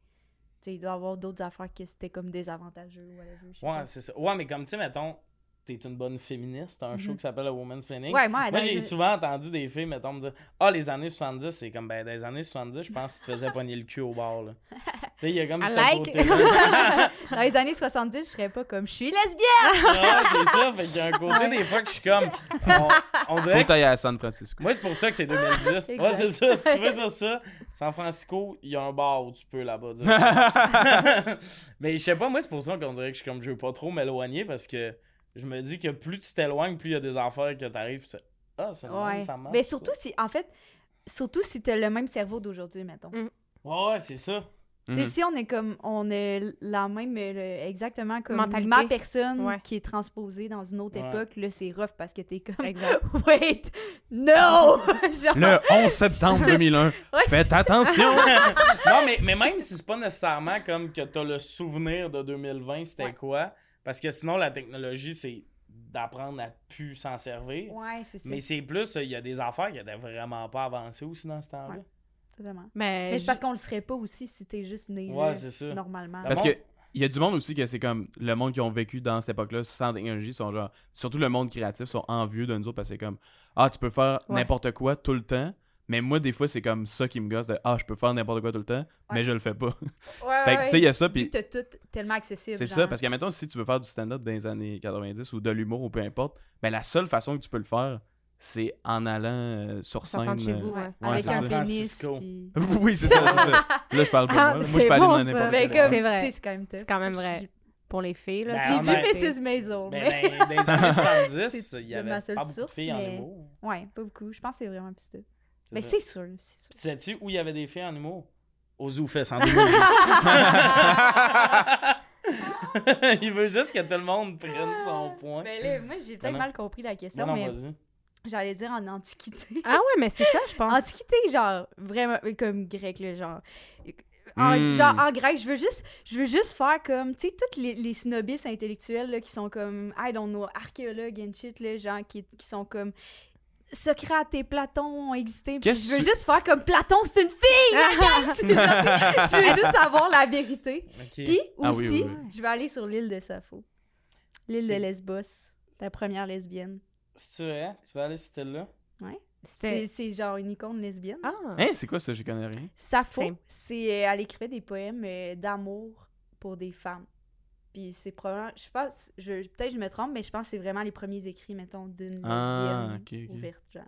S2: tu sais, il doit y avoir d'autres affaires que c'était comme désavantageux ou whatever. je sais
S1: Ouais,
S2: pas.
S1: c'est ça. Ouais, mais comme, tu sais, mettons, t'es une bonne féministe,
S3: Mm-hmm.
S1: t'as un show
S2: Mhm.
S1: qui s'appelle Woman's Planning.
S2: Ouais,
S1: Moi,
S2: moi, Ah, dans
S1: j'ai
S2: les-
S1: souvent entendu des filles, mettons, me dire Ah, les années 70, c'est comme, ben, dans les années 70, je pense que tu te faisais pogner le cul au bar, là. Tu sais, il y a comme
S3: I
S1: ce
S3: like.
S1: côté-là.
S2: [LAUGHS] dans les années 70, je serais pas comme je suis lesbienne.
S1: [LAUGHS] Ah, c'est ça, fait qu'il y a un côté des fois que je suis comme. On, on
S4: faut
S1: dirait
S4: que
S1: que.
S4: t'ailles à San Francisco.
S1: Moi, c'est pour ça que c'est 2010.
S2: Exact.
S1: Ouais, c'est ça, si tu veux dire ça. San Francisco, il y a un bar où tu peux là-bas dire ça. mais je sais pas, moi, c'est pour ça qu'on dirait que je suis comme, je veux pas trop m'éloigner parce que je me dis que plus tu t'éloignes, plus il y a des affaires que t'arrives. puis tu fais, Ah, c'est le même,
S2: Ouais.
S1: ça marche.
S2: mais
S1: ça.
S2: surtout si, en fait, surtout si t'as le même cerveau d'aujourd'hui, mettons.
S1: Ouais, ouais, c'est ça.
S2: Tu sais,
S4: Mhm.
S2: si on est comme, on a la même, euh, le- exactement comme
S3: Mentalité.
S2: ma personne
S3: Ouais.
S2: qui est transposée dans une autre
S1: Ouais.
S2: époque, là, c'est rough parce que t'es comme,
S3: Exact.
S2: [LAUGHS] wait,
S3: [LAUGHS]
S2: no! Genre,
S4: Le 11 septembre 2001,
S2: ouais,
S4: faites
S1: Non,
S4: attention!
S2: [LAUGHS]
S1: mais, mais même si c'est pas nécessairement comme que t'as le souvenir de 2020, c'était
S2: Ouais.
S1: quoi? Parce que sinon, la technologie, c'est d'apprendre à plus s'en servir.
S2: ouais, c'est ça,
S1: Mais c'est plus, euh, il y a des affaires qui n'étaient vraiment pas avancées aussi dans ce temps-là.
S2: totalement. Mais
S3: Mais, Ben, je-
S2: c'est parce qu'on le serait pas aussi si t'es juste né
S1: Ouais,
S2: là,
S1: c'est ça.
S2: normalement.
S1: Le
S4: Parce
S1: monde-
S4: que il y a du monde aussi que c'est comme le monde qui ont vécu dans cette époque-là sans technologie sont genre surtout le monde créatif sont envieux de nous autres parce que c'est comme ah tu peux faire
S3: Ouais.
S4: n'importe quoi tout le temps mais moi des fois c'est comme ça qui me gosse de ah je peux faire n'importe quoi tout le temps mais je le fais pas.
S2: Ouais,
S4: fait que
S2: Ah ouais,
S4: tu sais il y a ça
S2: Vu
S4: puis
S2: que t'as tout tellement accessible.
S4: C'est
S2: genre.
S4: ça, parce que, mettons, si tu veux faire du stand-up dans les années 90 ou de l'humour ou peu importe, ben, la seule façon que tu peux le faire, c'est en allant euh, sur scène.
S3: Sortant de chez
S4: euh,
S3: vous, ouais.
S2: Avec
S4: c'est
S2: un
S4: ça.
S2: pénis.
S1: Francisco.
S4: [LAUGHS]
S2: puis-
S4: oui, c'est ça,
S3: [LAUGHS]
S4: c'est ça. Là, je parle pas de
S3: Ah,
S4: moi. là. Moi,
S3: c'est
S4: je peux aller
S3: bon,
S4: dans
S3: ça.
S4: n'importe
S2: Ben,
S4: quel Ah,
S2: comme,
S3: C'est vrai.
S2: tu sais, C'est quand même tough.
S3: c'est quand même vrai.
S2: J'ai-
S3: Pour les filles, là.
S1: Ben,
S3: c'est-
S1: en même-
S2: J'ai vu Mrs.
S4: Ben,
S2: Maisel, mais...
S1: Mais ben, dans, dans les années
S2: [LAUGHS]
S1: 70,
S2: C'est
S1: il y avait
S2: ma
S1: pas
S2: seule
S1: beaucoup de
S2: source,
S1: filles en
S2: mais-
S1: humour.
S2: Ouais, pas beaucoup. Je pense que c'est vraiment plus tough.
S1: C'est
S2: Mais
S1: ça.
S2: Ben, c'est sûr, c'est sûr.
S1: Puis tu sais-tu où il y avait des filles en humour? Aux Zoufest [LAUGHS] en 2010. il veut juste que tout le monde prenne son point.
S2: Mais Ah! Ben, là, moi, j'ai peut-être
S1: non.
S2: mal compris la question,
S1: non, non,
S2: mais
S1: vas-y.
S2: j'allais dire en antiquité.
S3: Ah ouais, mais c'est ça, je pense.
S2: antiquité, genre, vraiment, euh, comme grec, le genre. en,
S1: Hmm.
S4: Mm.
S2: genre en grec. Je veux juste, je veux juste faire comme, tu sais, tous les, les snobistes intellectuels là, qui sont comme, I don't know, archéologues and shit, là, genre qui, qui sont comme. Socrate et Platon ont existé. puis
S4: Qu'est-ce
S2: je veux
S4: que tu-
S2: juste faire comme Platon, c'est une
S1: [LAUGHS]
S3: Ah,
S2: fille! la gang! C'est genre, je veux juste avoir la vérité.
S1: Ok.
S2: Puis
S4: Ah
S2: aussi,
S4: oui, oui, oui.
S2: je vais aller sur l'île de Sappho. L'île de
S1: C'est-
S2: Lesbos, la première lesbienne.
S1: C'est vrai? Tu vas aller sur cette là
S3: C'était.
S2: C'est c'est genre une icône lesbienne.
S3: Ah!
S4: Hein, c'est quoi ça? Je connais rien.
S3: C'est-
S2: Sappho, c'est euh, elle écrivait des poèmes euh, d'amour pour des femmes. Puis c'est probablement, je pense, je, peut-être que je me trompe, mais je pense que c'est vraiment les premiers écrits, mettons, d'une
S4: Ah,
S2: lesbienne
S4: ok, ok.
S2: ouverte, genre.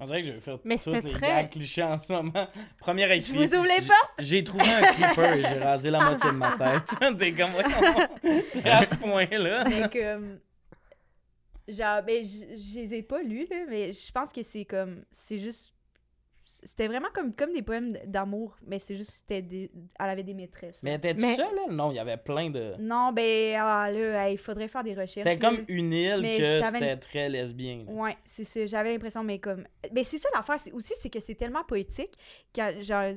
S1: On dirait que je vais faire
S3: Mais
S1: toutes les
S3: c'était très-
S1: gags clichés en ce moment. [LAUGHS] Première
S2: Je
S1: écrit.
S2: vous ouvre les
S1: J-
S2: portes!
S1: J'ai trouvé un clipper et j'ai rasé la moitié de ma tête. [LAUGHS] T'es comme,
S2: [LAUGHS]
S1: voyons, c'est à ce point-là.
S2: Mais comme, genre, ben, je je les ai pas lus, là, mais je pense que c'est comme, c'est juste, c'était vraiment comme, comme des poèmes d'amour, mais c'est juste, c'était des- elle avait des maîtresses.
S1: Mais t'es
S3: Mais-
S1: seule, là? Non, il y avait plein de...
S2: Non, ben, ah, là, il faudrait faire des recherches.
S1: C'était
S2: là.
S1: comme une île
S2: Mais
S1: que
S2: j'avais-
S1: c'était très lesbien. là.
S2: Ouais, c'est ça. J'avais l'impression, mais comme. Mais c'est ça l'affaire c'est- aussi, c'est que c'est tellement poétique que, genre,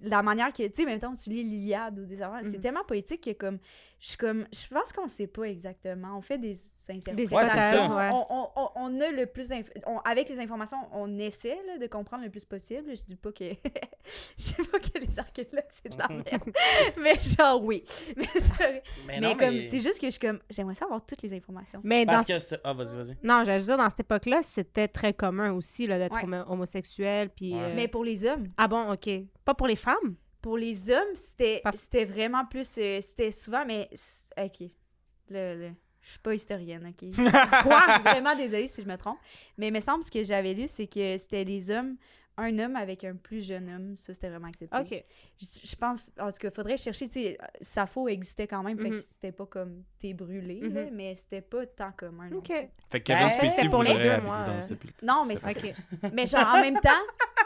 S2: la manière que. Tu sais, même temps, tu lis l'Iliade ou des affaires, c'est
S3: Mhm.
S2: tellement poétique que, comme. Je suis comme. Je pense qu'on sait pas exactement. On fait des interprétations.
S1: Ouais, c'est ça.
S3: ouais.
S2: On, on- on- on a le plus. inf- on- avec les informations, on essaie là, de comprendre le plus possible. Je dis pas que. [LAUGHS] Je sais pas que les archéologues, c'est de la merde. mais genre, oui. [LAUGHS] Mais, ça-
S1: Mais,
S2: mais
S1: non,
S2: comme.
S1: mais-
S2: C'est juste que je suis comme. J'aimerais ça avoir toutes les informations.
S3: Mais dans
S1: Parce que c'était... Ah, vas-y, vas-y.
S3: Non, j'allais dire, dans cette époque-là, c'était très commun aussi là, d'être
S2: Ouais.
S3: homo- homosexuel. Puis,
S1: Ouais.
S3: euh,
S2: Mais pour les hommes.
S3: Ah bon, OK. Pas pour les femmes?
S2: pour les hommes, c'était
S3: Parce-
S2: c'était vraiment plus. euh, c'était souvent, mais. c- Ok. Le, le- Je suis pas historienne,
S3: [LAUGHS]
S2: ok. Quoi? Je suis vraiment désolée si je me trompe. Mais il me semble ce que j'avais lu, c'est que c'était les hommes, un homme avec un plus jeune homme. Ça, c'était vraiment accepté.
S3: OK.
S2: Je, je pense, en tout cas, faudrait chercher. Tu sais, Sappho existait quand même, fait que
S3: Mhm.
S2: c'était pas comme t'es brûlé, là,
S3: Mhm.
S2: mais c'était pas tant commun. non
S3: OK.
S4: Fait que Kevin
S1: Ben,
S4: Spacey
S1: c'est
S3: pour les
S4: voudrait
S3: deux,
S4: habiter
S3: moi,
S4: dans
S3: euh.
S4: cette île.
S2: Non, mais c'est
S3: OK.
S2: Mais genre, en même temps,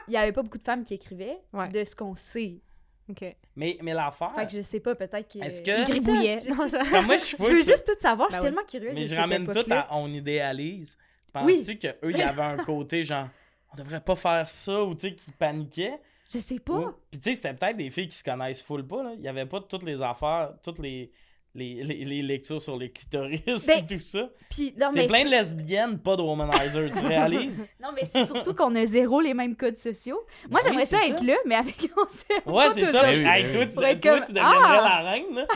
S2: il y avait pas beaucoup de femmes qui écrivaient
S3: Ouais.
S2: de ce qu'on sait.
S3: OK.
S1: Mais, mais l'affaire...
S2: Fait que je sais pas, peut-être que.
S1: Est-ce que-
S3: Ils
S1: Ah. C'est ça,
S3: gribouillaient.
S2: Je sais
S3: Non, ça-
S1: [LAUGHS] Quand moi,
S2: [LAUGHS]
S1: je suis
S2: Je
S1: fou,
S2: veux
S1: ça-
S2: juste tout savoir, je
S3: Ben
S2: suis
S3: oui.
S2: tellement curieuse.
S1: Mais
S2: de
S1: je
S2: cette
S1: ramène tout
S2: époque-là.
S1: à on idéalise.
S2: Oui.
S1: Penses-tu qu'eux, il y avait un côté genre on devrait pas faire ça ou tu sais qui paniquaient
S2: Je sais pas.
S1: Ou- Puis tu sais c'était peut-être des filles qui se connaissent full pas là, il y avait pas toutes les affaires, toutes les les, les- les lectures sur les clitoris
S2: Ben,
S1: et [LAUGHS] tout ça.
S2: Puis, non,
S1: C'est
S2: mais
S1: plein
S2: c'est-
S1: de lesbiennes, pas de womanizer, tu réalises
S2: non, mais c'est surtout qu'on a zéro les mêmes codes sociaux. [LAUGHS]
S1: Ben
S2: Moi,
S1: oui,
S2: j'aimerais ça
S1: c'est
S2: être
S1: ça.
S2: là, mais avec on sait
S1: Ouais,
S2: pas
S1: c'est ça.
S2: toujours.
S4: Ben oui,
S1: Hey,
S4: ben
S1: toi,
S4: oui.
S1: tu,
S2: Pour être
S1: toi,
S2: comme-
S1: tu deviendrais
S2: Ah!
S1: la reine. Là.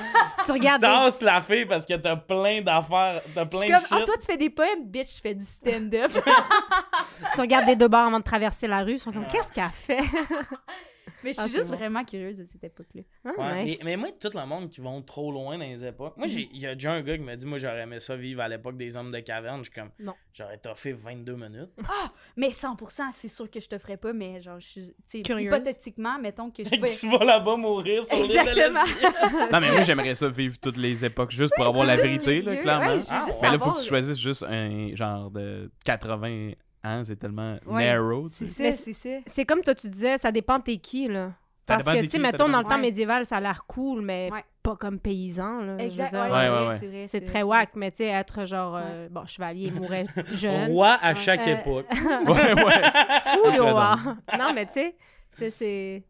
S3: Tu regardes.
S1: tasses la fille parce que t'as plein d'affaires, t'as
S2: Je
S1: plein
S2: suis
S1: de
S2: comme,
S1: shit.
S2: ah, toi, tu fais des poèmes, bitch, je fais
S1: [LAUGHS]
S2: du stand-up.
S3: Tu regardes les deux bords avant de traverser la rue. Ils sont comme, qu'est-ce qu'elle fait? [LAUGHS]
S2: mais je
S3: Ah,
S2: suis
S3: c'est
S2: juste
S3: bon.
S2: vraiment curieuse de cette époque-là.
S3: Ah,
S1: Ouais,
S3: nice.
S1: mais, mais moi, tout le monde qui vont trop loin dans les époques. Moi,
S2: Mm.
S1: j'ai- il y a déjà un gars qui m'a dit Moi, j'aurais aimé ça vivre à l'époque des hommes de caverne. Je suis comme
S3: Non.
S1: J'aurais toffé 22
S2: [LAUGHS]
S1: minutes.
S2: Mais 100%, c'est sûr que je te ferais pas, mais genre, je suis. tu sais,
S3: Curieuse.
S2: Hypothétiquement, mettons
S1: [LAUGHS]
S2: que je
S1: Fait
S2: pouvais.
S1: que tu vas là-bas mourir sur l'île de
S2: Exactement.
S1: lesbiennes.
S4: Non, mais moi, j'aimerais ça vivre toutes les époques juste pour avoir
S2: Ben, C'est
S4: la
S2: juste
S4: vérité, là,
S2: curieux.
S4: clairement.
S2: Ouais, je veux
S1: Ah,
S2: juste
S4: Mais là, faut
S2: savoir,
S4: que tu choisisses juste un genre de 80 ans, c'est tellement
S2: Ouais.
S4: narrow.
S2: C'est [LAUGHS]
S4: tu sais.
S2: ça,
S3: Mais-
S2: c'est ça.
S3: C'est comme toi, tu disais, ça dépend t'es qui, là.
S4: Ça
S3: Parce
S4: dépend
S3: que,
S4: des
S3: tu sais,
S4: qui, ça
S3: mettons, dans le
S2: dépend-
S3: temps
S2: Ouais.
S3: médiéval, ça a l'air cool, mais
S2: Ouais.
S3: pas comme paysan, là. je veux
S2: Exact.
S3: dire.
S2: Ouais,
S4: Ouais,
S2: c'est
S4: ouais,
S2: vrai,
S4: ouais.
S2: c'est vrai.
S3: C'est
S2: vrai,
S3: très
S2: vrai.
S3: whack, mais tu sais, être genre, euh, bon, chevalier, mourait jeune.
S1: Roi à chaque
S3: Euh,
S1: époque.
S2: [LAUGHS]
S4: Ouais, ouais.
S3: fou,
S4: Ah, je
S3: le
S4: serais
S3: roi. Non, mais tu sais, c'est- c'est.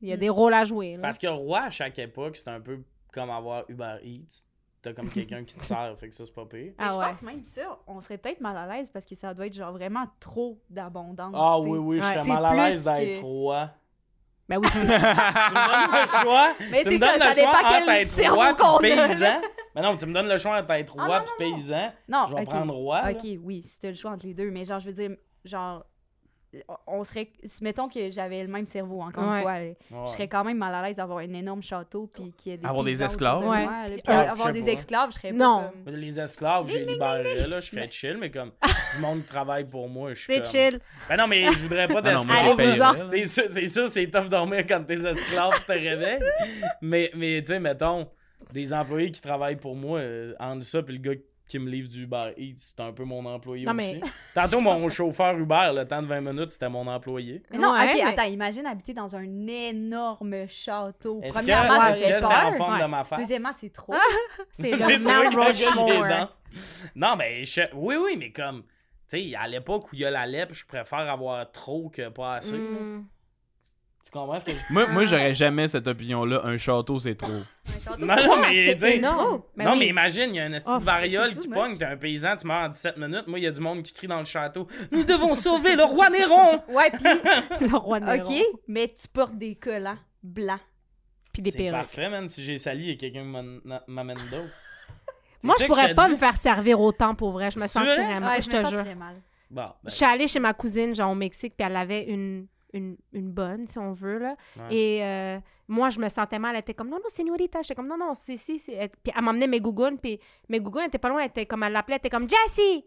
S3: Il y
S2: Mm.
S3: a des rôles à jouer. Là.
S1: Parce que roi à chaque époque, c'est un peu comme avoir Uber Eats. T'as comme quelqu'un qui te sert, fait que ça, c'est pas pire.
S2: Mais
S3: Ah
S2: je
S3: ouais.
S2: pense même ça, on serait peut-être mal à l'aise parce que ça doit être genre vraiment trop d'abondance.
S1: Ah
S2: tu sais.
S1: oui, oui, je
S3: Ouais.
S1: suis
S2: C'est
S1: mal à
S2: plus
S1: l'aise d'être
S2: que- [LAUGHS]
S1: roi.
S3: Ben oui, c'est-
S1: tu me donnes le choix.
S2: Mais
S1: tu
S2: c'est
S1: me
S2: ça,
S1: donnes
S2: ça
S1: le choix
S2: dépend
S1: entre
S2: quel
S1: être
S2: cerveau
S1: roi
S2: qu'on a,
S1: puis
S2: là.
S1: paysan. Mais non, tu me donnes le choix entre être
S2: Ah,
S1: roi
S2: non,
S1: puis
S2: non, non.
S1: paysan.
S2: Non,
S1: Je vais
S2: ok.
S1: prendre roi. là.
S2: Ok, oui, si t'as le choix entre les deux, mais genre, je veux dire, genre, on- on serait. si- Mettons que j'avais le même cerveau, encore
S3: Ouais.
S2: une fois. là,
S1: Ouais.
S2: Je serais quand même mal à l'aise d'avoir un énorme château puis qu'il y ait des.
S4: Avoir des
S2: paysans
S4: esclaves.
S2: autour de
S3: Ouais.
S2: moi, là, puis
S1: Ah, je
S2: avoir
S1: sais
S2: des
S1: pas.
S2: esclaves, je serais pas
S3: Non.
S2: comme-
S1: Les esclaves, j'ai libéré, là, je
S2: [LAUGHS]
S1: serais chill, mais comme du monde qui travaille pour moi, je suis
S3: c'est
S1: comme...
S3: chill.
S1: Ben non, mais je voudrais pas
S4: [LAUGHS] Ah [LAUGHS] non, moi,
S3: Allez,
S1: d'esclaves.
S4: j'ai payé.
S3: vous-en.
S4: là.
S1: C'est ça, c'est ça, c'est tough dormir quand tes esclaves te réveillent. Mais, mais tu sais, mettons, des employés qui travaillent pour moi, euh, entre ça, puis le gars qui me livre du Uber Eats, c'est un peu mon employé
S3: Non,
S1: aussi.
S3: mais- [LAUGHS]
S1: Tantôt, mon chauffeur Uber, le temps de 20 minutes, c'était mon employé.
S2: Mais non,
S3: Ouais,
S2: ok,
S3: mais-
S2: attends, imagine habiter dans un énorme château.
S1: Est-ce que
S2: Premièrement,
S3: Ouais,
S1: est-ce
S2: j'aurais
S1: que c'est en
S2: peur.
S1: forme de
S3: Ouais.
S1: ma face? [LAUGHS]
S2: Deuxièmement, c'est trop.
S3: [LAUGHS] C'est
S1: Tu sais,
S3: le
S1: tu vois que le
S3: Mount
S1: gars, il est
S3: Rushmore. hein.
S1: dedans. Non, mais je- oui, oui, mais comme, tu sais, à l'époque où il y a la lèpre, je préfère avoir trop que pas assez.
S3: Mm.
S1: Tu comprends ce que je
S4: Moi, moi j'aurais jamais cette opinion-là. Un château, c'est trop.
S1: Non, non, mais
S2: c'est
S1: dis-
S2: énorme. Ben
S1: non,
S3: Ben oui.
S1: mais imagine, il y a un esti de
S2: Oh,
S1: variole
S2: c'est
S1: qui
S2: tout,
S1: pogne, t'es un paysan, tu meurs en 17 minutes. Moi, il y a du monde qui crie dans le château Nous devons sauver le roi Néron
S2: Ouais, puis,
S3: [LAUGHS] le roi Néron.
S2: OK, mais tu portes des collants blancs.
S3: Puis [LAUGHS] des
S1: C'est
S3: perruques.
S1: parfait, man. Si j'ai sali et quelqu'un m'en- m'amène d'autres. C'est
S3: [LAUGHS] Moi,
S1: ça
S3: je
S1: que
S3: pourrais
S1: j'ai
S3: pas
S1: dit.
S3: me faire servir autant pour vrai. Je me
S1: C'est vrai?
S2: Ah,
S3: sentirais mal. je te jure.
S2: mal.
S1: Bon, ben,
S3: Je suis allée chez ma cousine, genre au Mexique, puis elle avait une, une, une bonne, si on veut, là.
S1: Ouais.
S3: Et euh, moi, je me sentais mal. Elle était comme, non, non, señorita. J'étais comme, non, non, si, si. si. Elle- Puis elle m'emmenait mes gougounes, puis mes gougounes étaient pas loin. Elle était comme, elle l'appelait, elle était comme, Jessie,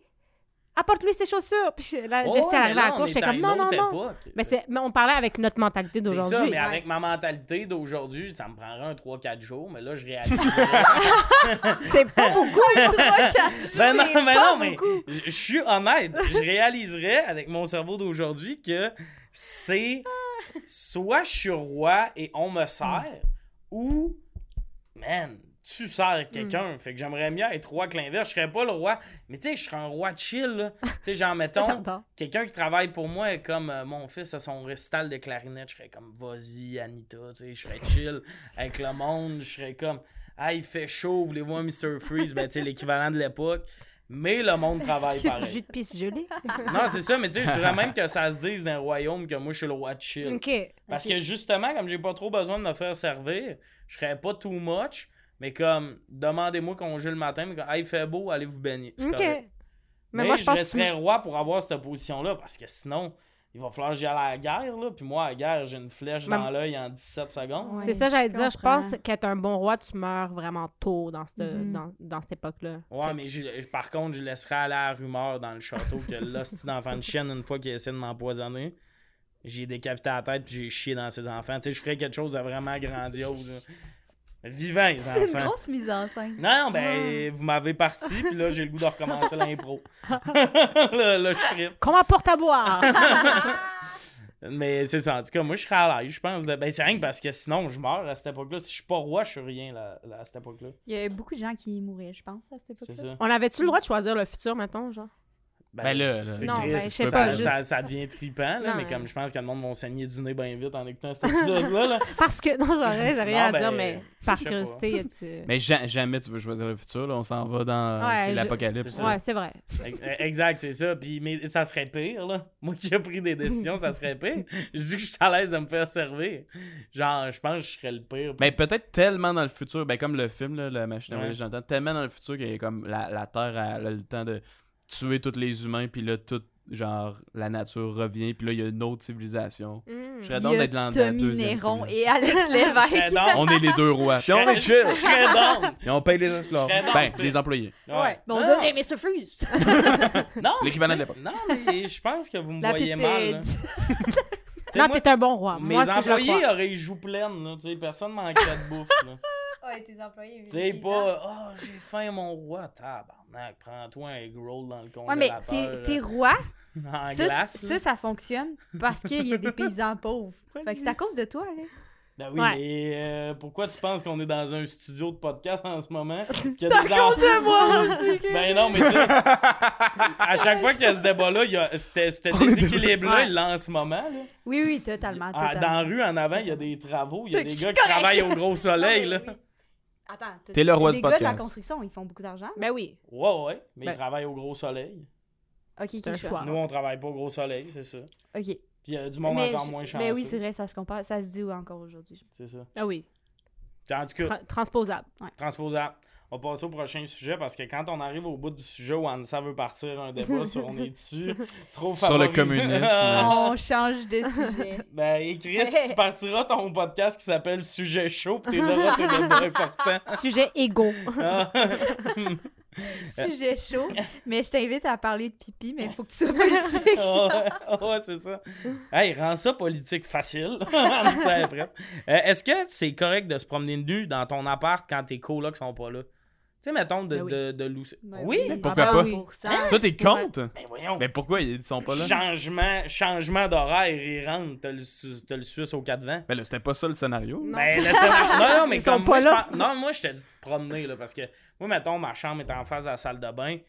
S3: apporte-lui ses chaussures. Puis je- là,
S1: Oh,
S3: Jessie,
S1: ouais,
S3: elle
S1: mais
S3: arrivait
S1: là,
S3: à la
S1: on
S3: cour.
S1: est
S3: J'étais
S1: à
S3: comme,
S1: une
S3: non, non,
S1: autre
S3: non.
S1: époque.
S3: Mais, c'est- mais on parlait avec notre mentalité
S1: C'est ça,
S3: d'aujourd'hui.
S1: mais avec ma mentalité d'aujourd'hui, ça me prendrait un 3-4 jours, mais là, je réalise.
S2: C'est [LAUGHS] pas beaucoup, une trois, quatre.
S1: Ben non,
S2: C'est
S1: ben
S2: pas
S1: non, mais
S2: beaucoup.
S1: je je suis honnête. Je réaliserais avec mon cerveau d'aujourd'hui que c'est soit je suis roi et on me sert, ou man, tu sers quelqu'un. Fait que j'aimerais mieux être roi que l'inverse. Je serais pas le roi, mais tu sais, je serais un roi chill. là. Tu sais, genre, mettons,
S3: [LAUGHS] J'adore.
S1: quelqu'un qui travaille pour moi, comme euh, mon fils a son récital de clarinette, je serais comme vas-y, Anita, tu sais, je
S3: [LAUGHS]
S1: serais chill avec le monde, je serais comme ah, il fait chaud, voulez-vous un Mr. Freeze, ben, tu sais, l'équivalent de l'époque. Mais le monde
S3: [LAUGHS]
S1: travaille
S3: Jus
S1: pareil.
S3: de
S1: [LAUGHS]
S3: pisse gelée.
S1: Non, c'est ça, mais tu sais, je voudrais même que ça se dise dans le royaume que moi, je suis le roi de chill.
S3: OK.
S1: Parce que justement, comme j'ai pas trop besoin de me faire servir, je serais pas too much, mais comme, demandez-moi congé le matin, mais comme, ah, il fait beau, allez vous baigner. C'est
S3: OK.
S1: correct.
S3: Mais, moi, je pense que tu-
S1: resterai roi pour avoir cette position-là, parce que sinon, il va falloir que j'y aille à la guerre, là. Puis moi, à la guerre, j'ai une flèche
S3: Mais-
S1: dans l'œil en 17 secondes.
S2: Ouais,
S3: C'est ça, j'allais dire. Je
S2: comprends.
S3: pense qu'être un bon roi, tu meurs vraiment tôt dans cette,
S2: Mhm.
S3: dans, dans cette époque-là.
S1: Ouais, mais j'ai- par contre, je laisserai aller à la rumeur dans le château que
S3: [LAUGHS]
S1: l'hostie d'enfant de chienne, une fois qu'il essaie de m'empoisonner, j'ai décapité la tête puis j'ai chié dans ses enfants. Tu sais, je ferais quelque chose de vraiment grandiose. là. Vivant, les
S2: C'est une
S1: enfants.
S2: grosse mise en scène.
S1: Non, non, ben, vous m'avez parti, puis là, j'ai le goût de recommencer
S3: [LAUGHS]
S1: l'impro. [LAUGHS] là, là, je trippe.
S3: Comment porte
S1: [LAUGHS]
S3: à boire?
S1: Mais c'est ça, en tout cas, moi, je serais à l'aise, je pense. là. Ben, c'est rien que parce que sinon, je meurs à cette époque-là. Si je suis pas roi, je suis rien là, là, à cette époque-là.
S2: Il y a beaucoup de gens qui mouraient, je pense, à cette
S1: C'est
S2: époque-là.
S1: ça.
S3: On avait-tu le droit de choisir le futur, mettons, genre?
S4: Ben là, là.
S1: c'est
S3: Non,
S1: triste,
S3: ben, je sais
S1: ça,
S3: pas,
S1: ça-
S3: juste-
S1: ça, ça devient trippant, là,
S3: Non,
S1: mais
S3: mais-
S1: comme je pense que le monde va saigner du nez bien vite en écoutant
S3: [LAUGHS]
S1: cet épisode-là. là.
S3: Parce que, non, j'aurais j'ai rien
S1: Non,
S3: à dire,
S1: ben,
S3: mais
S1: je
S3: par
S1: sais pas.
S3: curiosité,
S1: [LAUGHS]
S3: tu...
S4: Mais ja- jamais tu veux choisir le futur. Là. On s'en va dans
S3: Ouais,
S4: c'est
S3: je-
S4: l'apocalypse.
S1: c'est ça.
S4: là.
S3: Ouais, c'est vrai.
S1: E- exact, c'est ça. Puis, mais ça serait pire, là. Moi qui ai
S3: [LAUGHS]
S1: pris des décisions, ça serait pire. Je dis que je suis à l'aise de me faire servir. Genre, je pense que je serais le pire.
S4: Mais Ben, peut-être tellement dans le futur, ben comme le film, là, la machine à
S1: Ouais.
S4: voyager dans le temps, tellement dans le futur que comme la, la Terre a, elle a le temps de tuer tous les humains, puis là, tout, genre, la nature revient, puis là, il y a une autre civilisation.
S3: Mm.
S4: Je serais
S2: Puis
S4: donc
S2: il y a
S4: d'être dans dans la
S2: Tommy
S4: deuxième.
S2: Néron
S4: civilisation. Ah,
S2: et [LAUGHS] Alex
S1: Je serais
S2: Lévesque.
S1: down.
S4: On est les deux rois. Puis on est chill.
S1: Je serais down.
S4: Et on paye les esclaves.
S1: Je serais dans,
S4: Ben,
S1: tu sais.
S4: les employés.
S2: Ouais. Bon,
S1: Non,
S2: on est Mr. Freeze.
S1: Non,
S2: Oh,
S4: L'équivalent de
S1: tu sais, Non, mais je pense que vous me
S2: La
S1: voyez
S2: piscine.
S1: mal. là. Tu sais,
S3: [LAUGHS] Non,
S1: moi,
S3: t'es un bon roi.
S2: Ah,
S1: mes
S3: Moi, si je le
S1: employés
S3: crois.
S1: auraient les joues pleines, là, tu sais, personne manquerait
S2: [LAUGHS]
S1: de bouffe. là.
S2: [LAUGHS] ouais, tes employés.
S1: Tu sais, pas « Ah, j'ai faim, mon roi! » Tabarnak, prends-toi un egg roll dans le
S2: Ouais, mais
S1: congélateur.
S2: t'es-
S1: là,
S2: t'es roi,
S1: En
S2: ça,
S1: glace, là.
S2: ça, ça fonctionne parce qu'il y a des paysans
S1: [LAUGHS]
S2: pauvres. Fait que c'est à cause de toi, là.
S1: Ben oui,
S3: Ouais.
S1: mais euh, pourquoi tu penses qu'on est dans un studio de podcast en ce
S2: [LAUGHS]
S1: moment? Que
S2: C'est à
S1: des
S2: cause de
S1: enfants-
S2: moi, on dit que-
S1: Ben non, mais
S2: [LAUGHS]
S1: tu sais, à chaque fois qu'il y a ce débat-là, il y a c'était- c'était déséquilibre-là,
S3: Ouais.
S1: il l'a en ce moment. là.
S2: Oui, oui, totalement,
S1: Ah,
S2: totalement.
S1: dans la rue, en avant, il y a des travaux, il y a
S2: C'est
S1: des
S2: que
S1: gars
S2: c'est
S1: qui
S2: correct.
S1: travaillent au gros soleil, là.
S2: Non, mais oui. Attends, t'as-
S4: T'es le roi
S2: les
S4: du
S2: gars de la
S4: podcast.
S2: construction, ils font beaucoup d'argent.
S1: euh,
S3: Ben oui.
S1: Ouais, ouais, mais
S3: Ben-
S1: ils travaillent au gros soleil.
S2: OK, OK,
S3: un
S2: je suis-
S3: choix. Ah.
S1: Nous, on travaille pas au gros soleil, c'est ça.
S2: OK.
S1: Puis il y a du monde
S2: mais
S1: encore
S2: je-
S1: moins chanceux.
S2: mais oui, c'est vrai, ça se compare, ça se dit encore aujourd'hui.
S1: c'est ça.
S3: Ah oui.
S1: Puis En tout cas,
S3: Tra- transposable.
S1: transposable. On va passer au prochain sujet parce que quand on arrive au bout du sujet où Anissa veut partir un débat
S2: [LAUGHS]
S1: sur on est dessus, trop
S4: Sur le
S1: favorisé-
S4: communisme.
S2: On change de sujet.
S1: [LAUGHS] Ben, et Chris,
S2: [LAUGHS]
S1: tu partiras ton podcast qui s'appelle Sujet chaud, puis tes auras tes débats importants.
S3: Sujet égaux.
S1: Ah.
S2: [LAUGHS] sujet chaud, mais je t'invite à parler de pipi, mais il faut que tu sois politique.
S1: ouais, ouais, c'est ça. Hey, rends ça politique facile. [LAUGHS] On sait après. Euh, Est-ce que c'est correct de se promener nu dans ton appart quand tes colocs sont pas là? Tu sais, mettons, de,
S3: Ben oui.
S1: de, de lousser-
S2: Ben
S1: oui,
S2: oui,
S4: pourquoi
S2: ah
S4: pas?
S2: ben oui.
S4: Toi, t'es contre?
S1: ben voyons.
S4: Mais pourquoi ils sont pas là?
S1: Changement, changement d'horaire, ils rentrent. T'as le, Su- t'as le Suisse au 4 vents.
S4: Ben là, c'était pas ça le scénario.
S3: Non.
S1: Ben, le scénario- non,
S3: [LAUGHS]
S1: non, mais
S3: Ils
S1: comme
S3: sont
S1: moi,
S3: pas
S1: je
S3: là.
S1: pense- Non, moi, je te dis de te promener, là, parce que moi, mettons, ma chambre est en face de la salle de bain.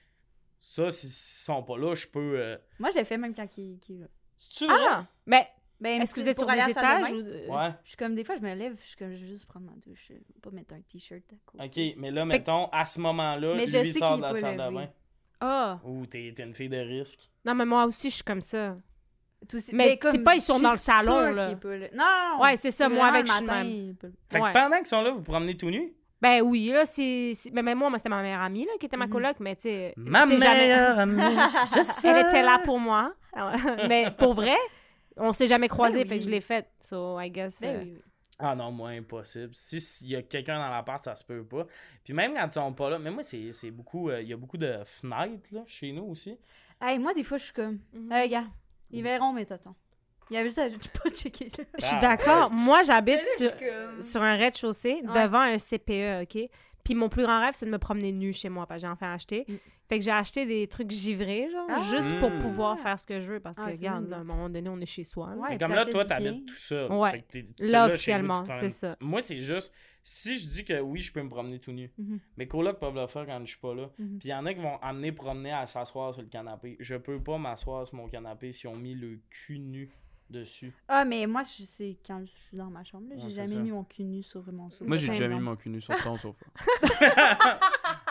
S1: Ça, s'ils sont pas là, je peux. euh,
S2: Moi, je l'ai fait même quand il... qu'il-
S1: C'est-tu vrai?
S3: Ah! Mais
S2: Ben,
S3: Est-ce que vous
S2: c'est
S3: êtes
S2: pour
S3: sur des
S2: aller à la salle de
S3: étages
S2: bain.
S3: ou... euh,
S1: Ouais.
S2: Je suis comme, des fois, je me lève, je suis comme, je vais juste prendre ma douche. Je vais pas mettre un t-shirt à côté.
S1: OK, mais là,
S3: Fait que-
S1: mettons, à ce moment-là,
S2: Mais
S1: lui
S2: je
S1: il
S2: sais
S1: sort
S2: qu'il
S1: de la
S2: est pas
S1: salle de
S2: levé.
S1: bain.
S3: Ah!
S1: Ou t'es t'es une fille de risque.
S3: Non, mais moi aussi, je suis comme ça.
S2: Tout aussi-
S3: Mais
S2: comme,
S3: c'est pas, ils sont
S2: je suis
S3: dans le salon,
S2: sûre
S3: là.
S2: qu'il peut le- Non, non,
S3: Ouais, Oh, c'est ça,
S2: c'est
S3: moi,
S2: vraiment
S3: avec,
S2: le
S3: je suis de
S2: matin,
S3: même.
S2: il peut le-
S1: Fait
S3: Ouais.
S1: que pendant qu'ils sont là, vous vous promenez tout nu.
S3: Ben oui, là, c'est... c'est- Mais, mais moi, moi, c'était ma meilleure amie, là, qui était ma
S2: Mhm.
S3: coloc, mais tu sais...
S1: Ma
S3: c'est jamais-
S1: meilleure amie. Je sais.
S3: [LAUGHS] Elle était là pour moi. [LAUGHS] mais pour vrai, on s'est jamais croisés,
S2: Ben
S3: fait que je
S2: oui.
S3: l'ai faite. So, I guess...
S2: Ben
S3: euh,
S2: oui, oui.
S1: Ah non, moi, impossible. Si- S'il y a quelqu'un dans l'appart, ça se peut pas. Puis même quand ils sont pas là, mais moi, c'est c'est beaucoup. euh, Il y a beaucoup de fenêtres là, chez nous aussi.
S2: Hey, moi, des fois, je suis comme,
S3: Mhm.
S2: hey, gars, ils verront mes tontons. Il y a juste à [LAUGHS] pas checker. là.
S3: Euh, Je suis
S1: Ah,
S3: d'accord. Moi, j'habite
S2: Je
S3: sur,
S2: suis comme-
S3: sur un rez-de-chaussée
S2: Mm-hmm. Ouais.
S3: devant un CPE, OK? Puis mon plus grand rêve, c'est de me promener nue chez moi, parce que j'ai enfin acheté.
S2: Mm.
S3: Fait que j'ai acheté des trucs givrés, genre,
S2: Ah!
S3: juste pour
S1: Mm.
S3: pouvoir faire ce que je veux, parce que,
S2: Ah, c'est une
S3: regarde,
S2: bonne
S3: là, à un
S2: idée.
S3: moment donné, on est chez soi. là.
S2: Ouais,
S1: Mais
S2: puis
S1: comme
S2: ça
S1: là,
S2: fait
S1: toi,
S2: du bien.
S1: t'habites tout seul.
S3: Ouais.
S1: Fait que t'es- t'es
S3: Là,
S1: chez vous, tu te
S3: officiellement,
S1: promènes.
S3: c'est ça.
S1: Moi, c'est juste, si je dis que oui, je peux me promener tout nu,
S2: Mhm.
S1: mes colocs peuvent le faire quand je suis pas là.
S2: Mhm.
S1: Puis il y en a qui vont amener promener à s'asseoir sur le canapé. Je peux pas m'asseoir sur mon canapé si on mis le cul nu dessus.
S2: Ah, mais moi, je sais quand je suis dans ma chambre, là,
S1: Ouais,
S2: j'ai
S1: c'est
S2: jamais
S1: ça.
S2: mis mon cul nu sur mon sofa.
S4: Moi, j'ai
S3: Ben
S4: déjà mis
S3: non.
S4: mon cul nu sur ton
S1: [LAUGHS]
S4: sofa.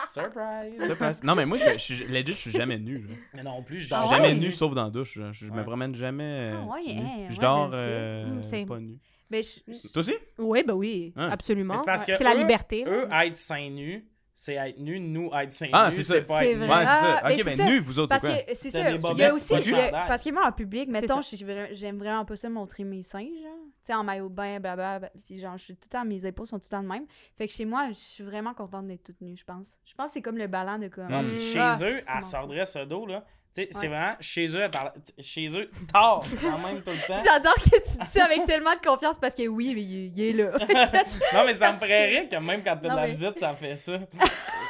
S1: Surprise!
S4: Surprise. Non, mais moi, je, je, suis- legit, je suis jamais nu. genre.
S1: [LAUGHS] Mais non plus, je
S4: Je
S1: dors
S4: suis
S2: Ah
S4: jamais
S2: ouais?
S4: nu sauf dans la douche. genre. Je, je me
S1: Ouais.
S4: promène jamais. euh,
S2: Ah ouais,
S4: nu.
S2: hein,
S4: je
S2: ouais, je
S4: dors
S2: le sais.
S4: euh,
S3: Mm, c'est-
S4: pas nu.
S2: Ben, je- je-
S4: Toi aussi?
S3: Oui, ben oui,
S4: Hein.
S3: absolument.
S1: Mais c'est parce
S3: Ouais.
S1: que
S3: C'est la
S1: eux-
S3: liberté.
S1: Eux, être seins nus, c'est être nu. Nous, être seins
S4: Ah,
S1: nus,
S4: c'est
S1: c'est
S4: ça.
S1: pas
S3: C'est
S1: être nu.
S3: vrai.
S4: Ouais, c'est ça.
S2: Ah, mais
S4: Ok,
S2: c'est
S4: ben
S2: ça.
S4: nu, vous autres, c'est
S2: Parce
S4: quoi?
S2: que c'est
S1: T'as
S2: ça.
S1: des
S2: Il y
S1: bobettes,
S2: a aussi.
S1: pas de
S2: il y a-
S1: chandail.
S2: parce que moi, en public,
S3: C'est
S2: mettons, je- je vra- j'aime vraiment pas ça montrer mes seins, genre. Tu sais, en maillot de bain, blablabla. Puis genre, je suis tout le temps, mes épaules sont tout le temps de même. Fait que chez moi, je suis vraiment contente d'être toute nue, je pense. Je pense que c'est comme le ballon de comme.
S4: Ah,
S1: Puis
S4: Mm.
S1: chez
S2: Ah,
S1: eux,
S2: m'en
S1: elle
S2: fous.
S1: sordrait ce dos, là. Tu sais, c'est
S2: Ouais.
S1: vraiment chez eux, elle parle- chez eux, tard, quand même tout le temps.
S2: [LAUGHS] [LAUGHS] J'adore que tu dis ça avec tellement de confiance parce que oui, mais il, il est là. [LAUGHS]
S1: non, mais ça me ferait rire que même quand t'as de
S2: Non,
S1: la
S2: mais-
S1: visite, ça fait
S2: [LAUGHS]
S1: ça.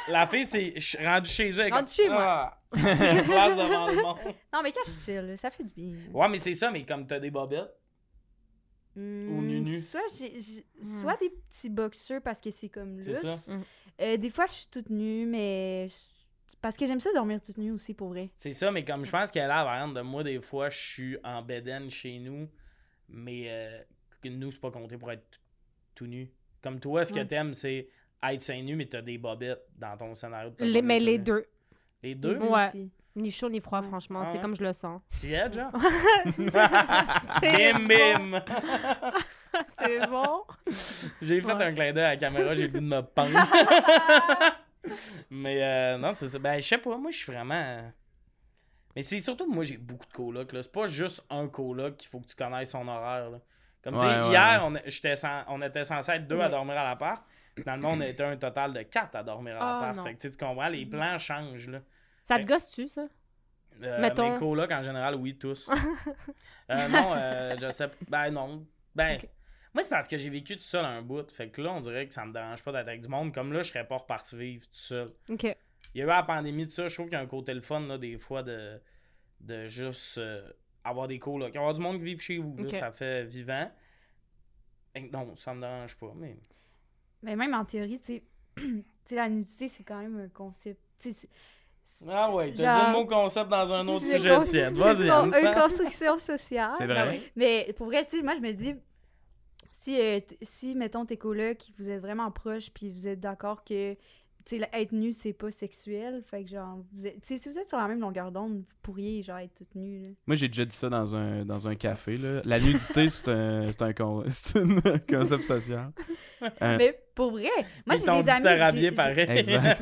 S1: La fille, c'est ch- rendue chez eux. elle est
S2: Rendue
S1: comme,
S2: chez moi.
S1: Ah, [LAUGHS] c'est une place devant le monde.
S2: non, mais quand je suis seule, là, ça fait du bien.
S1: Ouais, mais c'est ça, mais comme t'as des bobettes.
S2: Hmm,
S1: nu-nu.
S2: Soit, j'ai- j'ai-
S3: Hmm.
S2: soit des petits boxeurs parce que c'est comme
S1: C'est ça.
S2: lousse.
S3: Hmm.
S2: Euh, des fois, je suis toute nue, mais. je- Parce que j'aime ça dormir toute nue aussi, pour vrai.
S1: C'est ça, mais comme je pense qu'elle a la variante de moi, des fois, je suis en bedaine chez nous, mais euh, que nous, c'est pas compté pour être t- tout nu. Comme toi, ce que
S2: Ouais.
S1: t'aimes, c'est être seins nu, mais t'as des bobettes dans ton scénario. de te
S3: Les- mais
S1: promener
S3: les
S1: tout nu.
S3: deux.
S1: Les
S2: Les
S1: deux?
S2: deux
S3: Ouais.
S2: aussi.
S3: Ni chaud ni froid,
S2: Ouais.
S3: franchement.
S1: Ah
S3: c'est
S1: ouais?
S3: comme je le sens.
S1: Tiède, genre?
S3: [LAUGHS] C'est
S1: bim,
S3: [LAUGHS]
S1: bim!
S3: c'est bon.
S1: [LAUGHS] J'ai fait
S3: Ouais.
S1: un clin d'œil à la caméra, j'ai le goût de
S3: [LAUGHS]
S1: me pendre. [LAUGHS] Mais euh, non, c'est ça. Ben, je sais pas, moi, je suis vraiment. euh, Mais c'est surtout que moi, j'ai beaucoup de colocs. là. C'est pas juste un coloc qu'il faut que tu connaisses son horaire. là. Comme tu sais,
S4: Ouais, ouais,
S1: hier, on, j'étais sans- on était censé être deux à
S2: Ouais.
S1: dormir à l'appart. Finalement, on était un total de quatre à dormir à
S3: Ah, non. Mm.
S1: l'appart. Fait que tu sais, tu comprends, les plans changent. Là.
S3: Ça te
S1: Ben-
S3: gosse-tu, ça?
S1: Euh,
S3: Mettons-
S1: Mes colocs, en général, oui,
S2: [LAUGHS]
S1: tous. Euh, non, euh, je sais. Ben non. Ben.
S3: Ok.
S1: Moi, c'est parce que j'ai vécu tout seul un bout. Fait que là, on dirait que ça me dérange pas d'être avec du monde. Comme là, je serais pas reparti vivre tout seul.
S3: OK.
S1: Il y a eu la pandémie de ça. Je trouve qu'il y a un côté le fun, là, des fois, de, de juste euh, avoir des colocs. Avoir du monde qui vive chez vous. là,
S3: Ok.
S1: ça fait vivant. Fait que non, ça me dérange pas. Mais...
S2: Mais même en théorie, tu sais, [CLEARS THROAT] tu sais, la nudité, c'est quand même un concept. tu sais, c'est-
S1: Ah ouais, t'as
S2: Genre-
S1: dit le mot concept dans un autre
S2: c'est-
S1: sujet,
S2: c'est-
S1: Étienne.
S2: [LAUGHS] c'est
S1: Vas-y,
S2: con-
S1: on
S2: Une
S1: sent.
S2: construction sociale.
S4: C'est vrai.
S2: Mais pour vrai, tu sais, moi, je me dis, si, euh, t- si mettons, tes colocs, vous êtes vraiment proches, puis vous êtes d'accord que, tu sais, être nu, c'est pas sexuel, fait que, genre, vous êtes- tu sais, si vous êtes sur la même longueur d'onde, vous pourriez, genre, être toute nue, là.
S4: Moi, j'ai déjà dit ça dans un, dans un café. Là. La nudité, c'est un, c'est un, con- [LAUGHS] c'est un concept social. Euh.
S2: Mais pour vrai, moi,
S1: Ils
S2: j'ai
S1: t'ont dit
S2: des
S1: de
S2: amis...
S1: te rhabiller
S2: j'ai-
S1: pareil.
S2: [LAUGHS]
S4: Exact.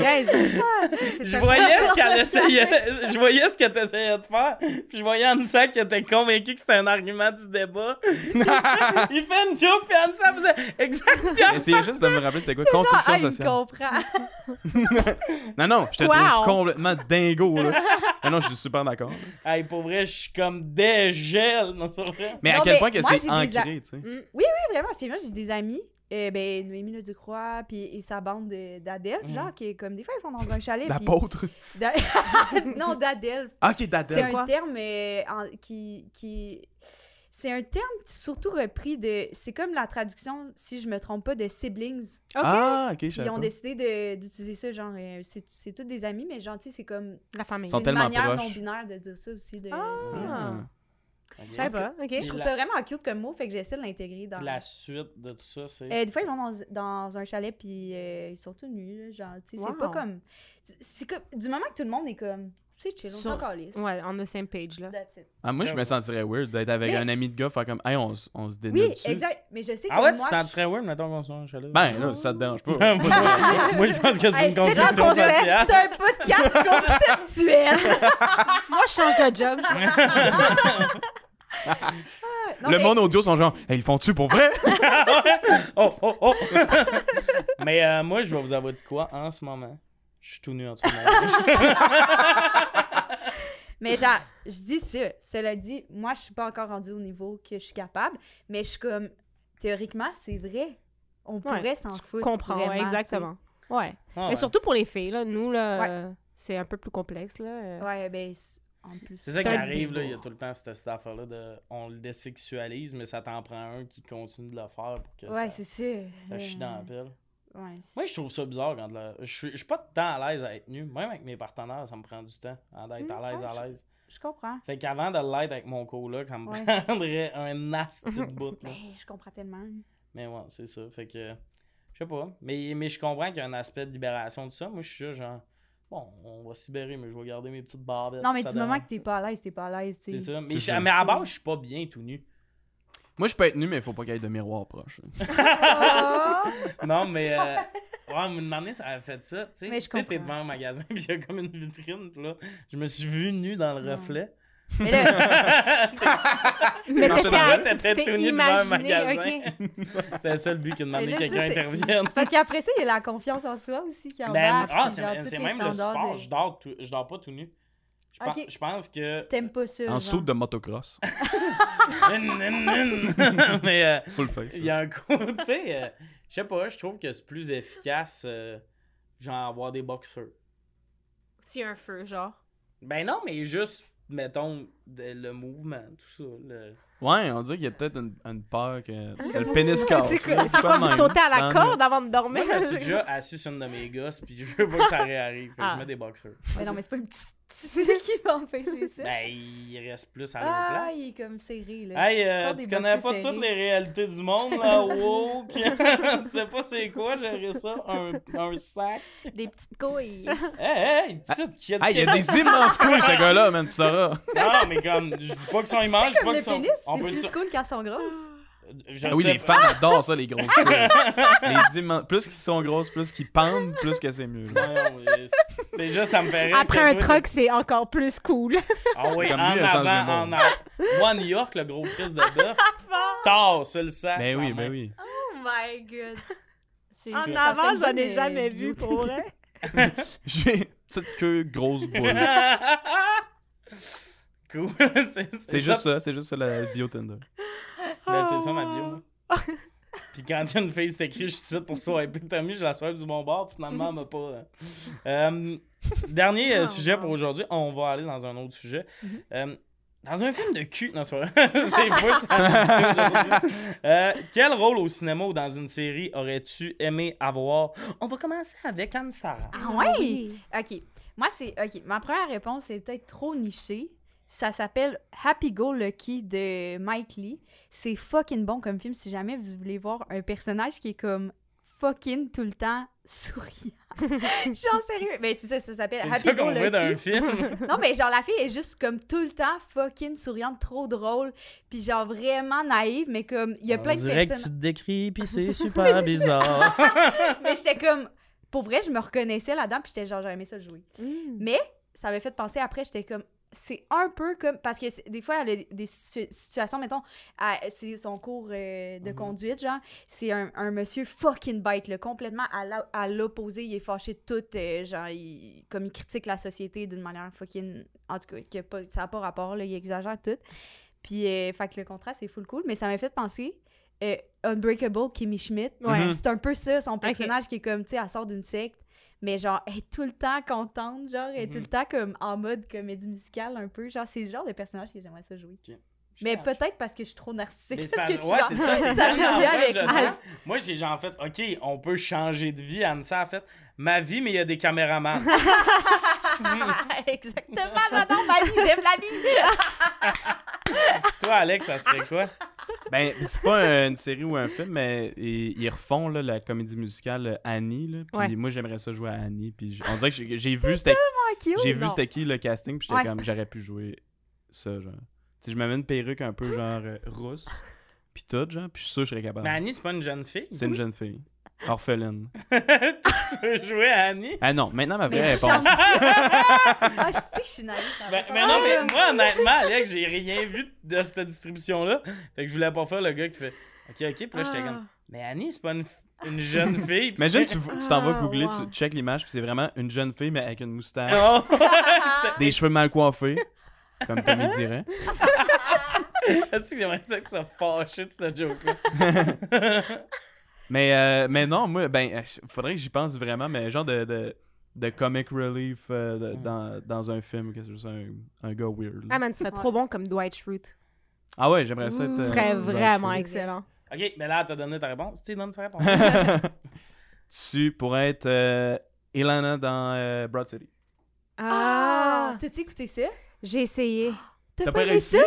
S3: Guys,
S2: [LAUGHS]
S3: c'est
S1: Je
S3: pas-
S1: voyais ce qu'elle essayait. Je voyais ce que t'essayais de faire. Puis je voyais Anissa qui était convaincue que c'était un argument du débat. Il fait une joke, puis Anissa faisait exactement.
S4: Essayez juste de me rappeler c'était quoi?
S2: j'ai- Ah,
S4: Construction
S2: il me
S4: sociale.
S2: comprend.
S4: Non, non, je te
S3: Wow.
S4: trouve complètement dingo. Là. Non, non, je suis super d'accord.
S1: Hey, pour vrai, je suis comme dégel. Non, c'est vrai.
S4: Mais à
S2: Non,
S4: quel
S2: mais
S4: point que
S2: moi,
S4: c'est
S2: j'ai des a-
S4: ancré, tu sais.
S2: vraiment, c'est moi, j'ai des amis, euh, ben, Noémie Le Ducroix, puis et sa bande de- d'Adèle,
S4: Mm.
S1: Mhm.
S2: genre, qui est comme des fois, ils vont dans un chalet. puis-
S4: D'apôtre.
S2: d'a- [LAUGHS] non, d'Adèle.
S4: Ah, ok,
S2: C'est
S4: d'Adèle.
S3: quoi?
S2: un terme euh, en- qui, qui. C'est un terme qui est surtout repris de. C'est comme la traduction, si je me trompe pas, de siblings.
S4: Ah, ok, je
S2: Puis ils
S4: savais
S2: ont
S4: pas.
S2: décidé de- d'utiliser ça, genre, euh, c'est c'est tous des amis, mais gentil, c'est comme.
S3: La famille.
S4: Ils
S2: C'est
S4: sont
S2: une
S4: tellement
S2: manière
S4: proches.
S2: non-binaire de dire ça aussi. De,
S3: Ah!
S2: tu sais.
S4: Ah.
S3: Je savais pas, ok.
S2: Puis Je trouve ça vraiment cute comme mot, fait que j'essaie de l'intégrer dans.
S1: La suite de tout ça, c'est.
S2: Euh, des fois, ils vont dans, dans un chalet, puis euh, ils sont tous nus, là, genre, tu sais, c'est pas
S3: Wow.
S2: comme... c'est- C'est comme... Du moment que tout le monde est comme, tu sais, chill, on
S3: Sur-
S2: s'en calisse.
S3: Ouais, on a same page, là.
S2: That's it.
S4: Ah, moi, je me sentirais weird d'être avec
S2: Mais-
S4: un ami de gars, faire comme, hey, on, s- on se dénue
S2: Oui,
S4: dessus.
S2: exact, mais je sais que
S1: Ah ouais, tu
S2: moi...
S1: t'en
S2: je-
S1: serais weird, mettons qu'on se lance un chalet.
S4: Ben, là, ça te dérange pas.
S1: moi, je- [LAUGHS] moi, je pense que c'est
S2: Hey,
S1: une
S2: c'est un
S1: construction
S2: concept,
S1: sociale. [LAUGHS]
S2: C'est un podcast conceptuel!
S3: Moi, je change de job.
S2: Non,
S4: le
S2: mais-
S4: monde audio sont genre, hey, ils font-tu pour vrai?
S1: Oh, oh, oh! [LAUGHS] Mais euh, moi, je vais vous avouer de quoi en ce moment. Je suis tout nu en Ah dessous de ma douche.
S2: Mais genre, je dis ça. Cela dit, moi, je suis pas encore rendue au niveau que je suis capable, mais je suis comme, théoriquement, c'est vrai. On pourrait s'en
S3: Tu
S2: foutre.
S3: comprends, ouais,
S2: vraiment,
S3: exactement. Ouais.
S1: Ah ouais.
S3: Mais surtout pour les filles, là, nous, là,
S2: Ouais.
S3: euh, c'est un peu plus complexe, là.
S2: tu
S3: euh.
S2: sais. Ouais, ben, c'est- en plus.
S1: C'est ça qui
S3: un
S1: arrive, là,
S3: débat.
S1: il y a tout le temps cette, cette affaire-là de on le désexualise, mais ça t'en prend un qui continue de le faire pour que ça,
S2: Ouais, c'est sûr.
S1: ça chie dans la pile.
S2: Ouais, c'est-
S1: Moi, je trouve ça bizarre quand le- je, suis, je suis pas tant à l'aise à être nu. Même avec mes partenaires, ça me prend du temps à- d'être à
S2: Mm,
S1: l'aise,
S2: ouais,
S1: à l'aise.
S2: Je comprends.
S1: Fait qu'avant de l'être avec mon coloc, ça me
S2: Ouais.
S1: prendrait [LAUGHS] un
S2: [LAUGHS]
S1: nasty de bout. là.
S2: Ben, je comprends tellement.
S1: Mais ouais, c'est ça. Fait que, je sais pas. Mais, mais je comprends qu'il y a un aspect de libération de ça. Moi, je suis là, genre, bon, on va se libérer, mais je vais garder mes petites barbettes.
S2: Non,
S1: si
S2: mais
S1: ça
S2: du moment
S1: dérange.
S2: que t'es pas à l'aise, t'es pas à l'aise. tu
S1: C'est
S2: sais.
S1: ça. Mais,
S4: C'est
S1: je-
S4: ça.
S1: mais à la base, je suis pas bien tout nu.
S4: moi, je peux être nu, mais il faut pas qu'il y ait de miroir proche.
S1: [LAUGHS]
S2: Ah! [LAUGHS]
S1: Non, mais. Euh... Ouais, me demander ça avait fait ça, tu sais.
S2: Mais je
S1: Tu sais, t'es
S2: comprends.
S1: devant un magasin, [LAUGHS] puis il y a comme une vitrine, puis là, je me suis vu nu dans le
S2: Non. [LAUGHS]
S1: reflet.
S2: mais là,
S3: Mais
S4: marchais dans la
S1: rue,
S3: t'étais-
S1: t'étais
S3: tu t'es
S1: tout nu devant un
S3: imaginé,
S1: magasin.
S3: ok.
S1: C'était le seul but que de demander
S2: là,
S1: que
S2: ça,
S1: quelqu'un
S2: c'est- [LAUGHS]
S1: intervienne.
S2: c'est parce qu'après ça, il y a la confiance en soi aussi qui en
S1: Ben,
S2: va.
S1: ah, c'est c'est même le sport, je, dors tout- je dors pas tout nu. Je, pen-
S2: Ok.
S1: je pense
S2: [LAUGHS]
S1: que.
S2: T'aimes pas ça.
S4: en
S2: genre.
S4: soupe de motocross.
S1: Nin, nin, nin. [LAUGHS] mais euh,
S4: Full face.
S1: il y a un côté. euh, je sais pas, je trouve que c'est plus efficace, euh, genre, avoir des boxeurs.
S3: C'est un
S4: [LAUGHS]
S3: feu, genre.
S1: Ben non, mais juste, mettons, de- le mouvement, tout ça. le-
S4: Ouais, on dirait qu'il y a peut-être une, une peur que le pénis casse.
S3: C'est quoi-
S4: là.
S3: c'est quoi,
S4: pas de
S3: vous
S4: même.
S3: sautez à la
S4: Dans le-
S3: corde avant de
S1: Moi,
S2: [LAUGHS]
S3: dormir?
S1: je me suis déjà assis sur une de mes gosses, puis je veux pas que ça réarrive. Fait que
S3: Ah.
S1: je mets des boxeurs.
S2: Mais non, mais c'est pas une [LAUGHS] petite tissée qui va empêcher ça.
S1: Ben, il reste plus à leur
S2: Ah,
S1: place.
S2: il est comme serré, là.
S1: Hey, euh,
S2: portes
S1: tu
S2: des
S1: connais pas
S2: boxers
S1: toutes les
S2: serrés.
S1: réalités du monde,
S2: [LAUGHS]
S1: là, woke. [LAUGHS] tu sais pas c'est quoi, gérer ça, un, un sac.
S3: Des petites couilles.
S1: Hey, hey, tu sais, qui a du
S4: Hey, Ah, il y a
S1: Québec. [LAUGHS]
S4: des immenses couilles, ce gars-là, man, tu sauras.
S1: Non, non, mais comme, je dis pas
S2: [LAUGHS]
S1: qu'ils sont
S2: C'est
S1: immenses, je dis
S2: comme
S1: pas
S2: le
S1: qu'ils sont.
S2: pénis,
S1: on
S2: c'est
S1: peut
S2: plus
S1: dire-
S2: cool quand ils sont grosses.
S1: Je
S4: Ah oui,
S1: sais
S4: les
S1: pas.
S4: fans adorent ça, les grosses couilles. les immenses- Plus qu'ils sont grosses, plus qu'ils pendent, plus que c'est mieux. là.
S1: Ouais, ouais, c'est- C'est juste, ça me fait rire.
S3: Après
S1: que
S3: un
S1: toi,
S3: truc, c'est encore plus cool.
S1: Ah oui,
S4: Comme
S1: en
S4: lui, un sens
S1: avant,
S4: d'humour.
S1: en avant. Moi, à New York, le gros Chris de
S2: [LAUGHS]
S1: bœuf, tard sur le sac.
S4: Ben oui,
S1: Ah, quand
S4: ben
S1: même.
S4: oui.
S2: [LAUGHS] Oh my god. C'est-
S3: En
S2: ça
S3: avant,
S2: serait
S3: j'en
S2: une
S3: ai
S2: bonne,
S3: jamais
S2: euh, bio.
S3: vu pour vrai.
S4: J'ai une petite queue, grosse boule.
S1: [LAUGHS] cool. [LAUGHS] C'est
S4: C'est
S1: c'est
S4: juste
S1: ça.
S4: ça, c'est juste ça la bio Tinder.
S1: [LAUGHS] Ben, c'est ça ma
S2: [LAUGHS]
S1: bio. moi. Puis quand il y a une fille, c'est écrit, je suis pour swiper ta mie, je la swipe du bon bord, finalement, elle m'a pas. hein. Euh, dernier euh,
S3: Oh,
S1: sujet pour
S3: wow.
S1: aujourd'hui, on va aller dans un autre sujet.
S2: Mhm.
S1: Euh, dans un film de cul, non, c'est pas vrai. [LAUGHS] c'est pas ça. aujourd'hui. Euh, quel rôle au cinéma ou dans une série aurais-tu aimé avoir On va commencer avec Anne Sarah.
S2: Ah ouais? Ok. Moi, c'est. Ok. Ma première réponse est peut-être trop nichée. Ça s'appelle Happy Go Lucky de Mike Lee. C'est fucking bon comme film si jamais vous voulez voir un personnage qui est comme fucking tout le temps [LAUGHS] souriant.
S1: [LAUGHS]
S2: genre sérieux. Mais c'est ça, ça s'appelle
S1: C'est
S2: Happy
S1: ça
S2: Go
S1: qu'on
S2: Lucky.
S1: veut d'un film.
S2: Non, mais genre, la fille est juste comme tout le temps fucking souriante, trop drôle, puis genre vraiment naïve, mais comme, il y a plein de
S1: Direct,
S2: personnes.
S1: tu te décris,
S2: [LAUGHS]
S1: puis c'est super bizarre.
S2: Mais j'étais comme, pour vrai, je me reconnaissais là-dedans, puis j'étais genre, j'aurais aimé ça le jouer.
S3: Mm.
S2: ça m'a fait penser après, j'étais comme c'est un peu comme parce que c'est- des fois elle a des situ- situations mettons à- c'est son cours euh, de
S1: Mhm.
S2: conduite genre c'est un, un monsieur fucking bête là, complètement à la- à l'opposé il est fâché de tout euh, genre il- comme il critique la société d'une manière fucking en tout cas que pas- ça n'a pas rapport là, il exagère tout puis euh, fait que le contraste est full cool mais ça m'a fait penser euh, Unbreakable Kimmy Schmidt
S3: Ouais.
S1: Mm.
S4: Mhm.
S1: Mm-hmm.
S2: c'est un peu ça, son personnage qui est comme, tu sais, elle sort d'une secte, mais genre, elle est tout le temps
S1: Mm-hmm.
S2: contente, genre, elle est tout le temps comme en mode comédie musicale un peu. Genre, c'est le genre de personnage que j'aimerais ça jouer. [LAUGHS] Mais peut-être parce que je suis trop narcissique.
S1: Mais
S2: C'est ce que je suis
S1: ouais,
S2: genre.
S1: c'est
S2: [LAUGHS]
S1: ça, c'est
S2: ça
S1: ça.
S2: me
S1: Non,
S2: vient
S1: moi,
S2: avec
S1: je-
S2: mal.
S1: Moi, j'ai genre fait, OK, on peut changer de vie. Anne, ça a fait ma vie, mais il y a des
S2: [LAUGHS]
S1: caméramans. Mm. Hmm,
S2: Ah, Exactement, j'adore ma vie, j'aime la vie. Ah,
S1: Toi, Alex, ça serait quoi?
S4: Ben, c'est pas un- une série ou un film, mais ils, ils refont là, la comédie musicale euh, Annie. Là, puis
S3: Ouais.
S4: moi, j'aimerais ça jouer à Annie. Puis j- on dirait que j'ai- j'ai vu c'était
S2: Ah,
S4: j'ai vu c'était qui le casting, puis j'étais
S3: Ouais.
S4: comme j'aurais pu jouer ça genre. Tu sais, je me mets une perruque un peu genre euh, rousse, puis tout genre, puis je suis sûr que je serais capable.
S1: Mais Annie, c'est pas une jeune fille. [LAUGHS]
S4: C'est une jeune fille. Orpheline.
S1: tu veux jouer à [LAUGHS] Annie?
S4: Ah non, maintenant ma vraie
S2: Mais tu
S4: réponse.
S2: chantes. Ah, c'est que je suis naïve. ça a
S1: Ben,
S2: pas de
S1: mais
S2: sens.
S1: non, mais moi, honnêtement, Alex, j'ai rien vu de cette distribution-là. Fait que je voulais pas faire le gars qui fait OK, OK. Puis là,
S2: Ah.
S1: j'étais comme Mais Annie, c'est pas une, une jeune [LAUGHS] fille. Puis
S4: Imagine,
S1: c'est-
S4: tu tu t'en vas
S3: Ah,
S4: googler,
S3: wow.
S4: tu check l'image, puis c'est vraiment une jeune fille, mais avec une moustache,
S1: Oh!
S2: [LAUGHS]
S4: des cheveux mal coiffés, comme Tommy dirait.
S1: Est-ce que j'aimerais ça que ça fâché de cette joke-là?
S4: Mais, euh, mais non, moi, ben, euh, faudrait que j'y pense vraiment, mais genre de, de, de comic relief euh, de- dans, dans un film, que c'est juste un, un gars weird. là.
S3: Ah, man, ce serait
S2: Ouais.
S3: trop bon comme Dwight Schrute.
S4: Ah ouais, j'aimerais ça être.
S3: Ce
S4: euh,
S3: serait
S4: dans le
S3: vraiment
S4: film.
S3: excellent.
S1: OK, mais là, t'as donné ta réponse. Tu donnes ta
S4: [LAUGHS]
S1: réponse.
S4: tu pourrais être euh, Elana dans euh, Broad City.
S3: Ah!
S2: T'as-tu écouté ça?
S3: J'ai essayé.
S4: T'as
S2: T'as
S4: pas
S2: pas aimé
S4: réussi?
S2: ça?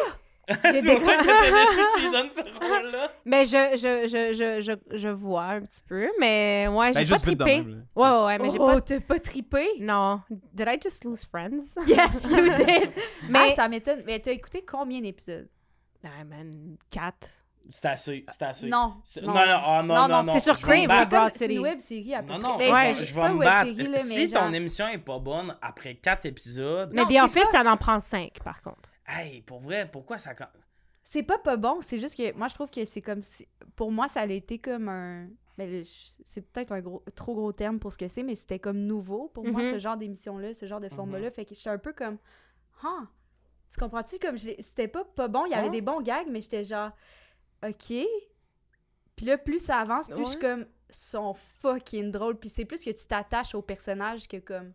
S1: [LAUGHS]
S3: J'ai
S1: C'est pour
S3: des-
S1: ça que t'as tu lui donnes ce rôle-là.
S3: Mais Ben, je, je, je, je, je, je vois un petit peu, mais ouais,
S4: Ben,
S3: j'ai pas
S4: juste vite de
S3: trippé. Ouais,
S4: même. là.
S3: ouais, ouais, mais j'ai
S2: oh,
S3: pas...
S2: t'as pas trippé?
S3: Non. Did I just lose [LAUGHS] friends?
S2: Yes, you did! Mais
S3: Mais...
S2: Ah, ça m'étonne. Mais t'as écouté combien d'épisodes?
S3: Ah, man, 4.
S1: C'est assez, c'est assez.
S2: Non.
S1: C'est- Non, non, ah, non, non, non.
S3: C'est sur
S1: je vais me
S3: Crave,
S1: battre.
S3: ça,
S2: C'est comme
S3: Broad
S2: c'est une
S3: City.
S2: web série à peu
S1: Non,
S2: près.
S1: non,
S2: Ben,
S3: ouais,
S1: je,
S2: c'est-
S1: je
S2: c'est
S1: vais
S2: pas
S1: me
S2: web
S1: battre.
S2: série, là, mais
S1: si
S2: genre-
S1: ton émission est pas bonne après quatre épisodes,
S3: Mais
S2: Non,
S3: bien en
S2: c'est
S3: fait,
S2: ça.
S3: ça en prend 5, par contre.
S1: hey, pour vrai, pourquoi ça. com-
S2: C'est pas pas bon, c'est juste que moi je trouve que c'est comme si pour moi ça a été comme un ben, le- c'est peut-être un gros trop gros terme pour ce que c'est mais c'était comme nouveau pour moi
S3: Mhm.
S2: ce genre d'émission là, ce genre
S1: Mm-hmm.
S2: de format là, fait que j'étais un peu comme ah tu comprends-tu comme je l'ai- c'était pas pas bon, il y avait
S3: Ouais.
S2: des bons gags mais j'étais genre OK. Puis là plus ça avance, plus je suis comme sont fucking drôles puis c'est plus que tu t'attaches au personnage que comme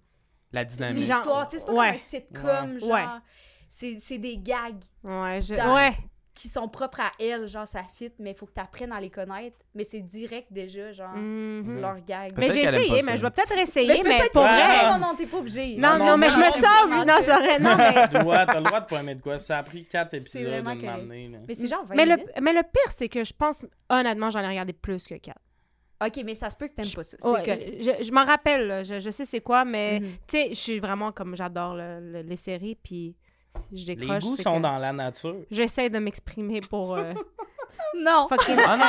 S4: La
S3: [LAUGHS]
S4: dynamique.
S3: Genre-
S2: l'histoire, tu sais c'est pas
S3: ouais.
S2: comme un sitcom
S1: Ouais.
S2: genre
S3: Ouais.
S2: c'est c'est des gags
S3: Ouais, je...
S2: Dans-
S3: Ouais.
S2: qui sont propres à elles, genre ça fit, mais faut que t'apprennes à les connaître. Mais c'est direct déjà, genre
S3: Mhm.
S2: leur gag.
S4: Peut-être
S3: Mais j'ai
S4: qu'elle aime pas
S3: essayé,
S4: ça.
S3: mais je vais peut-être réessayer, mais,
S2: peut-être
S3: pour
S2: que-
S1: qu'elle
S3: vrai...
S1: aime
S2: Non, non, t'es pas obligé.
S3: Non, non, mais je me sens... oui, Non, ça aurait... Non, mais...
S1: Toi, t'as le droit de pas aimer de quoi. Ça a pris quatre épisodes de
S2: vraiment correct.
S1: m'amener. là.
S2: Mais c'est genre 20
S3: Mais le,
S2: minutes.
S3: mais le pire, c'est que je pense, honnêtement, j'en ai regardé plus que 4.
S2: Ok, mais ça se peut que t'aimes pas ça. C'est correct.
S3: Ouais, je je m'en rappelle, là, je, je sais c'est quoi, mais
S2: Mhm.
S3: tu sais, je euh, suis vraiment comme j'adore le- le- les séries, puis si je
S1: Les
S3: décroche.
S1: goûts
S3: c'est
S1: sont
S3: que
S1: dans la nature.
S3: J'essaie de m'exprimer pour
S2: [LAUGHS]
S3: euh,
S2: Non,
S3: fucking
S4: Ah non,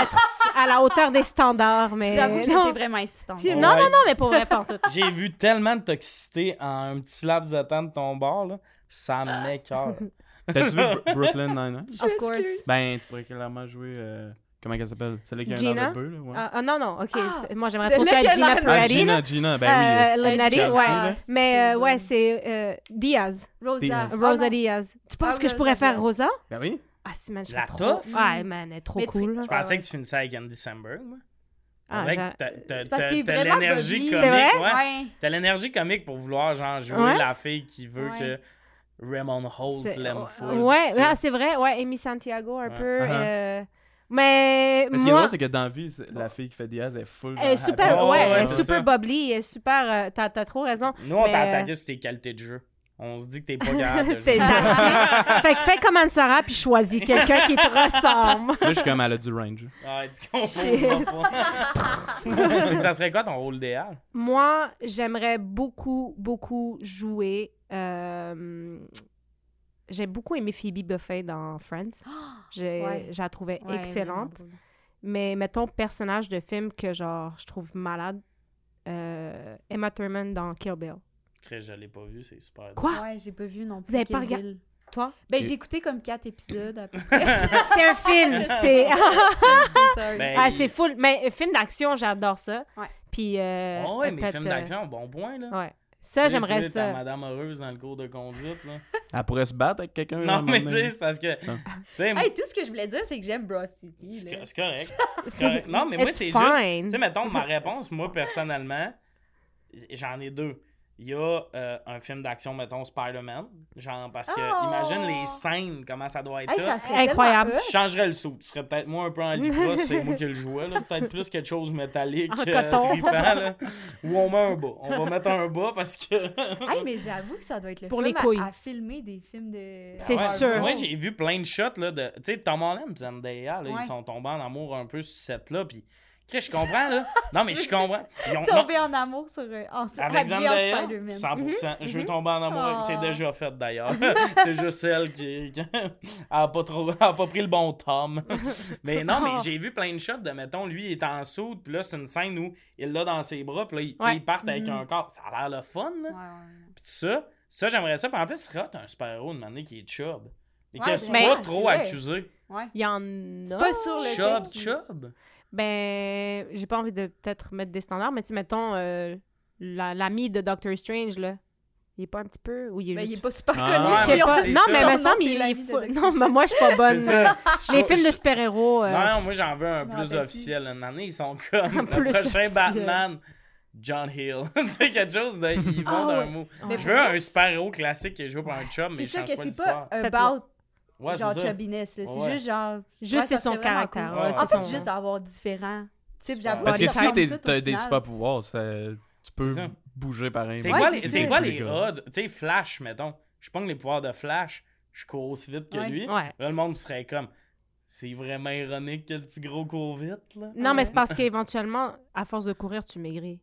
S3: à la hauteur des standards, mais.
S2: j'avoue que j'étais
S3: non.
S2: vraiment insistante.
S3: Tu-
S1: Ouais.
S3: non, non, non, mais pour vrai, pas en tout.
S1: J'ai vu tellement de toxicité en un petit laps de temps de ton bord, là. Ça m'écoeure.
S4: T'as-tu vu Bro-
S3: [LAUGHS]
S4: Brooklyn Nine-Nine?
S3: Of course.
S4: Ben, tu pourrais clairement jouer. euh, comment elle s'appelle? Celle qui a un
S3: Gina?
S4: air de bœuf, là? Ouais.
S3: Ah, ah, non, non, ok.
S2: Ah,
S3: c'est- moi, j'aimerais
S2: c'est
S3: trop ça,
S2: lequel
S3: Gina
S2: dans-
S4: Ah,
S3: Ferrari. là.
S4: Gina, Gina, ben
S3: Euh,
S4: oui.
S3: Lenari,
S4: Chelsea,
S3: ouais.
S4: là.
S3: Mais euh, ouais, c'est euh, Diaz,
S2: Rosa.
S4: Des-
S2: Oh,
S3: Rosa
S2: non.
S3: Diaz. Tu
S2: Ah,
S3: penses que je
S2: Rosa
S3: pourrais faire
S2: Diaz.
S3: Rosa?
S4: Ben oui.
S3: Ah, si, man, je
S1: La
S3: serais trop.
S1: toffe.
S3: Ouais, man, elle est trop
S2: Mais tu-
S3: cool. là.
S1: Je pensais que tu finissais avec Andy Samberg, moi. On
S3: Ah,
S1: dirait
S3: j'a-
S1: que t'as- t'as-
S2: C'est parce que
S1: t'as
S2: t'es
S1: t'as
S2: vraiment
S1: l'énergie
S2: Bobby.
S1: comique.
S3: C'est vrai?
S1: ouais.
S2: Ouais.
S1: T'as l'énergie comique pour vouloir genre jouer
S3: Ouais.
S1: la fille qui veut
S2: Ouais.
S1: que Raymond Holt
S3: C'est-
S1: l'aime
S3: ouais,
S1: full.
S3: Ouais,
S1: pis ça.
S3: ah, c'est vrai. Ouais, Amy Santiago,
S1: Ouais.
S3: un peu.
S4: Uh-huh.
S3: euh, mais
S4: Mais ce qui est
S3: moi,
S4: drôle, c'est que dans la vie, c'est- la fille qui fait Diaz elle est full.
S3: elle est
S4: genre,
S3: super,
S4: happy.
S1: Oh,
S3: ouais, elle
S1: ouais,
S3: est
S1: c'est
S3: super
S1: ça.
S3: bubbly, elle est super. euh, T'as t'as trop raison. [LAUGHS]
S1: Nous, on
S3: Mais,
S1: t'a
S3: euh,
S1: attaqué sur tes qualités de jeu. On se dit que t'es
S3: [LAUGHS]
S1: pas capable de
S3: T'es
S1: jouer.
S3: taché. fait que fais comme Anne-Sara, puis choisis quelqu'un qui te ressemble.
S4: Là, je suis comme elle a du range.
S1: Ouais, tu comprends pas. Fait que ça serait quoi ton rôle idéal?
S3: Moi, j'aimerais beaucoup, beaucoup jouer. euh, J'ai beaucoup aimé Phoebe Buffet dans Friends. J'ai-
S2: ouais.
S3: Je la trouvais
S2: [LAUGHS] Ouais,
S3: excellente.
S2: vraiment drôle.
S3: Mais mettons, personnage de film que genre je trouve malade, euh, Emma Thurman dans Kill Bill.
S1: Chris, Je l'ai pas vu, c'est super.
S3: Quoi?
S2: Ouais, j'ai pas vu non plus.
S3: Vous avez pas
S2: Kill
S3: regardé-
S2: Bill.
S3: Toi?
S2: Ben,
S4: Et-
S2: j'ai écouté comme quatre épisodes [LAUGHS] à peu près.
S3: C'est un film, c'est...
S2: [LAUGHS] Sorry.
S1: Ben,
S3: ah, c'est full. Mais euh, film d'action, j'adore ça.
S2: Ouais.
S3: Puis... euh,
S1: Ah ouais, mais
S3: peut-être,
S1: film
S3: euh,
S1: d'action, bon point, là.
S3: Ouais. Ça, j'aimerais
S1: Écrire ta
S3: [LAUGHS] ça.
S1: Madame Heureuse dans le cours de conduite, là.
S4: Elle pourrait se battre avec quelqu'un. à un
S1: non, mais
S4: moment
S1: tu sais,
S4: donné.
S1: c'est parce que.
S4: Ah.
S1: Tu sais, moi,
S2: Hey, tout ce que je voulais dire, c'est que j'aime Bro City.
S1: c'est
S2: là.
S1: co- c'est correct. c'est
S3: C'est-
S1: correct. Non, mais moi,
S3: it's
S1: c'est juste.
S3: fine.
S1: Tu sais, mettons, ma réponse, moi, personnellement, j'en ai deux. il y a euh, un film d'action, mettons, Spider-Man. Genre, parce que,
S2: Oh!
S1: imagine les scènes, comment ça doit être
S2: Hey,
S1: là.
S2: ça serait
S3: Incroyable.
S2: tellement
S1: Je changerais le saut. Tu serais peut-être moins un peu en lycra, c'est moi qui le jouais. là. Peut-être plus quelque chose de métallique,
S3: En
S1: euh,
S3: coton.
S1: tripant. là. Ou on met un bas. On va mettre un bas parce que.
S2: hot. Hey, mais j'avoue que ça doit être le
S3: Pour
S2: fun
S3: les
S2: à-
S3: couilles.
S2: À, filmer des films de.
S3: C'est
S1: Ouais,
S3: sûr.
S1: Moi, j'ai vu plein de shots là, de. Tu sais, Tom Holland, Zendaya, là,
S2: Ouais.
S1: ils sont tombés en amour un peu sur cette là. Puis, Chris, je comprends, là. Non, mais
S2: Tu
S1: je comprends. Ils ont- non,
S2: Tomber en amour sur euh, en,
S1: Avec
S2: habillé en
S1: Zendaya,
S2: Spider-Man. Mm-hmm.
S1: 100%. Je veux tomber en amour avec.
S2: Oh.
S1: C'est déjà fait d'ailleurs. [LAUGHS] c'est juste celle qui. [LAUGHS] qui- a, pas trop, a pas pris le bon
S2: [LAUGHS]
S1: tom. mais non,
S2: Ah.
S1: mais j'ai vu plein de shots de, mettons, lui, il est en soude, puis là, c'est une scène où il l'a dans ses bras, puis là, il, tu sais,
S3: Ouais.
S1: ils partent avec
S2: Mhm.
S1: un corps. Ça a l'air le fun, là.
S2: Ouais, ouais,
S1: Puis tout ça, ça, j'aimerais ça. Puis en plus, c'est hot, un super-héros de manière qui est chub. Et
S2: Ouais,
S1: qu'elle
S2: ben,
S1: soit
S3: ben,
S1: pas
S2: c'est
S1: trop
S2: vrai.
S1: accusée.
S2: ouais.
S3: Il y en
S2: C'est
S3: a.
S2: pas sur le
S1: Chub,
S2: fait qu'il-
S1: chub.
S3: Ben, j'ai pas envie de peut-être mettre des standards, mais tu sais, mettons, euh, la- l'ami de Doctor Strange, là, il est pas un petit peu. Ou il est
S2: Ben, il est
S3: juste.
S2: pas super
S4: Ah,
S2: connu.
S1: ouais,
S3: Je sais
S1: c'est
S3: pas.
S1: ça.
S3: Non, mais il me
S2: Non,
S3: semble,
S2: c'est
S3: il
S2: l'ami
S3: est
S2: de
S3: fou.
S2: Doctor
S3: Non, mais moi, je suis pas bonne.
S1: C'est
S2: [LAUGHS]
S1: ça.
S3: Les
S1: Je-
S3: films de
S1: je-
S3: super-héros. euh,
S1: Non, moi j'en veux un
S2: Je m'en
S1: plus
S2: rappelle plus.
S1: officiel. Une année, ils sont
S2: [LAUGHS]
S1: comme le
S3: Plus
S1: prochain
S3: officiel.
S1: Batman, John Hill. [LAUGHS] tu sais, quelque chose, de,
S2: [LAUGHS]
S1: ils vont
S3: Ah
S1: d'un
S3: ouais.
S1: mot.
S3: Mais
S1: Je
S3: pour
S1: veux un super-héros classique qui est joué par un chum, mais
S2: C'est
S1: je
S2: sûr
S1: change
S2: que
S1: pas
S2: c'est
S1: l'histoire.
S2: pas
S3: C'est
S2: about
S1: Ouais,
S2: genre
S1: c'est ça.
S2: chubbiness. là. C'est
S1: Ouais.
S2: juste genre.
S3: Juste
S2: ouais,
S3: c'est
S2: ça
S3: son
S2: serait vraiment
S3: caractère.
S2: cool.
S1: ouais,
S3: ouais,
S2: En
S3: c'est
S2: fait,
S3: son-
S2: juste d'avoir différents types.
S1: Super.
S2: j'avoue,
S4: Parce que
S2: on
S4: si
S2: ressemble
S4: t'es-
S2: tout au
S4: t'as des
S2: final.
S4: super-pouvoirs, ça- tu peux
S1: C'est ça.
S4: bouger pareil.
S1: C'est
S2: Ouais,
S1: quoi,
S2: c'est
S1: les-
S2: ça.
S1: c'est quoi les
S4: gars?
S1: odds? Tu sais, Flash, mettons. Je pogne les pouvoirs de Flash, je cours aussi vite que
S2: Ouais.
S1: lui.
S3: Ouais.
S1: Là, le monde serait comme. C'est vraiment ironique que le petit gros court vite, là.
S3: Non, mais c'est parce qu'éventuellement, à force de courir, tu maigris.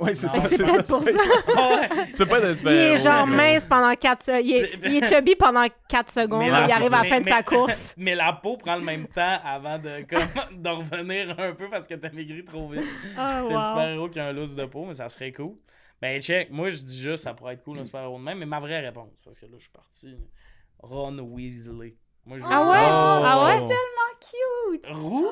S4: Ouais, c'est
S1: Non. Fait
S4: ça.
S1: que
S3: C'est
S4: c'est
S3: peut-être
S4: ça.
S3: pour ça.
S1: Ah [LAUGHS] ouais.
S2: [LAUGHS]
S4: Tu peux pas être un
S3: Il est
S1: Ben,
S4: super-héros.
S3: genre
S4: gros.
S3: mince pendant 4 secondes. Il
S1: [LAUGHS]
S3: est, il est chubby pendant 4 secondes.
S1: Mais
S3: Il
S1: là, c'est
S3: arrive à la
S1: ça.
S3: fin de
S1: Mais-
S3: sa
S1: mais-
S3: course.
S1: [LAUGHS] Mais la peau prend le même temps avant de, comme, [LAUGHS] de revenir un peu parce que t'as maigri trop vite.
S3: Ah,
S1: T'es le super-héros qui a un lousse de peau, mais ça serait cool. Ben, check, moi je dis juste, ça pourrait être cool un super-héros de même, mais ma vraie réponse, parce que là je suis parti. Ron Weasley. Moi, je
S3: Ah
S1: veux-
S3: ouais?
S4: Oh.
S3: Ah ouais?
S1: Roux?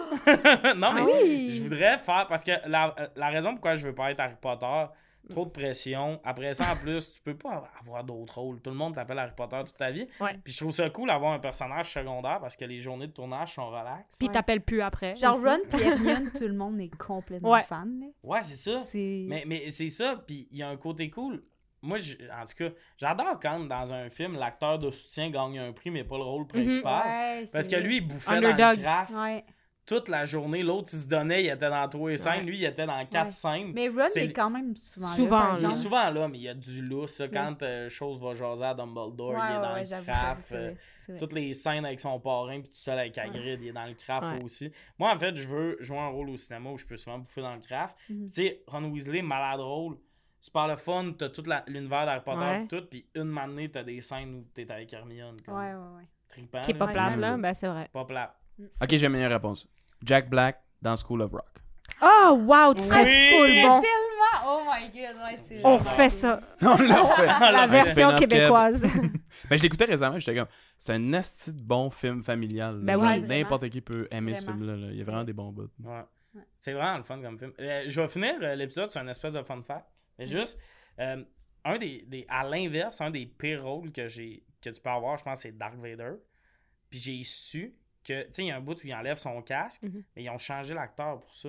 S1: [LAUGHS] non, mais
S2: Oui.
S1: je voudrais faire. Parce que la, la raison pourquoi je veux pas être Harry Potter, trop de pression. Après ça, en plus, tu peux pas avoir d'autres rôles. Tout le monde t'appelle Harry Potter toute ta vie.
S3: Ouais.
S1: Puis je trouve ça cool d'avoir un personnage secondaire parce que les journées de tournage sont relax.
S3: Puis il t'appelle plus après.
S2: Genre
S3: aussi.
S2: Ron
S3: [LAUGHS]
S2: puis Hermione, tout le monde est complètement
S3: Ouais.
S2: fan. là.
S1: Ouais, c'est ça.
S2: C'est.
S1: Mais, mais c'est ça, puis il y a un côté cool. Moi, je- en tout cas, j'adore quand dans un film, l'acteur de soutien gagne un prix, mais pas le rôle principal.
S2: Mhm. Ouais,
S1: Parce
S2: c'est-
S1: que lui, il bouffait dans le
S3: Underdog.
S1: graphe
S2: Ouais.
S1: toute la journée. L'autre, il se donnait, il était dans 3 et 5.
S3: Ouais.
S1: Lui, il était dans 4
S2: Ouais.
S1: 5.
S2: Mais Ron
S1: C'est-
S2: est quand même souvent là.
S3: Souvent,
S2: par
S3: là.
S1: Il est
S2: exemple.
S1: souvent là, mais il y a du lousse. là, Quand euh, chose va jaser à Dumbledore,
S2: Ouais,
S1: il est
S2: ouais,
S1: dans
S2: ouais,
S1: le euh,
S2: j'avoue, j'avoue,
S1: craft.
S2: c'est vrai, c'est vrai.
S1: toutes les scènes avec son parrain, puis tout seul avec Hagrid, il est dans le craft
S3: Ouais.
S1: aussi. Moi, en fait, je veux jouer un rôle au cinéma où je peux souvent bouffer dans le craft.
S2: Mhm.
S1: Tu sais, Ron Weasley, malade rôle. Super le fun, t'as tout la- l'univers d'Harry Potter,
S3: Ouais.
S1: pis tout, puis une matinée, t'as des scènes où t'es avec Hermione. Comme,
S2: Ouais, ouais, ouais.
S1: trippant,
S3: Qui est pas
S1: là,
S3: plate,
S1: mais-
S3: là. Ben, c'est vrai.
S1: Pas plate.
S3: Mm.
S4: Ok, j'ai une meilleure réponse. Jack Black dans School of Rock.
S3: Oh, wow, tu serais
S1: Oui.
S3: full bon.
S2: Tellement! Oh my god, ouais, c'est.
S3: [LAUGHS]
S1: J'adore.
S3: On refait ça.
S4: On [LAUGHS] l'a fait.
S3: [LAUGHS] La
S1: Alors,
S4: ben,
S3: version
S1: [LAUGHS]
S4: spin-off
S3: québécoise.
S4: Ben, je l'écoutais récemment, j'étais comme, c'est un asti de bon film familial. là.
S3: Ben
S4: Genre,
S3: oui. Ouais,
S2: vraiment.
S4: N'importe qui peut aimer ce
S2: Vraiment.
S4: film-là. là. Il y a
S2: C'est
S4: vraiment
S2: vrai.
S4: des bons bouts.
S1: Ouais. C'est vraiment le fun comme film. Euh, je vais finir euh, l'épisode sur une espèce de fun fact. Mais juste, euh, un des, des- à l'inverse, un des pires rôles que j'ai que tu peux avoir, je pense, c'est Dark Vader. Puis j'ai su que, tu sais, il y a un bout où il enlève son casque,
S3: Mhm.
S1: mais ils ont changé l'acteur pour ça.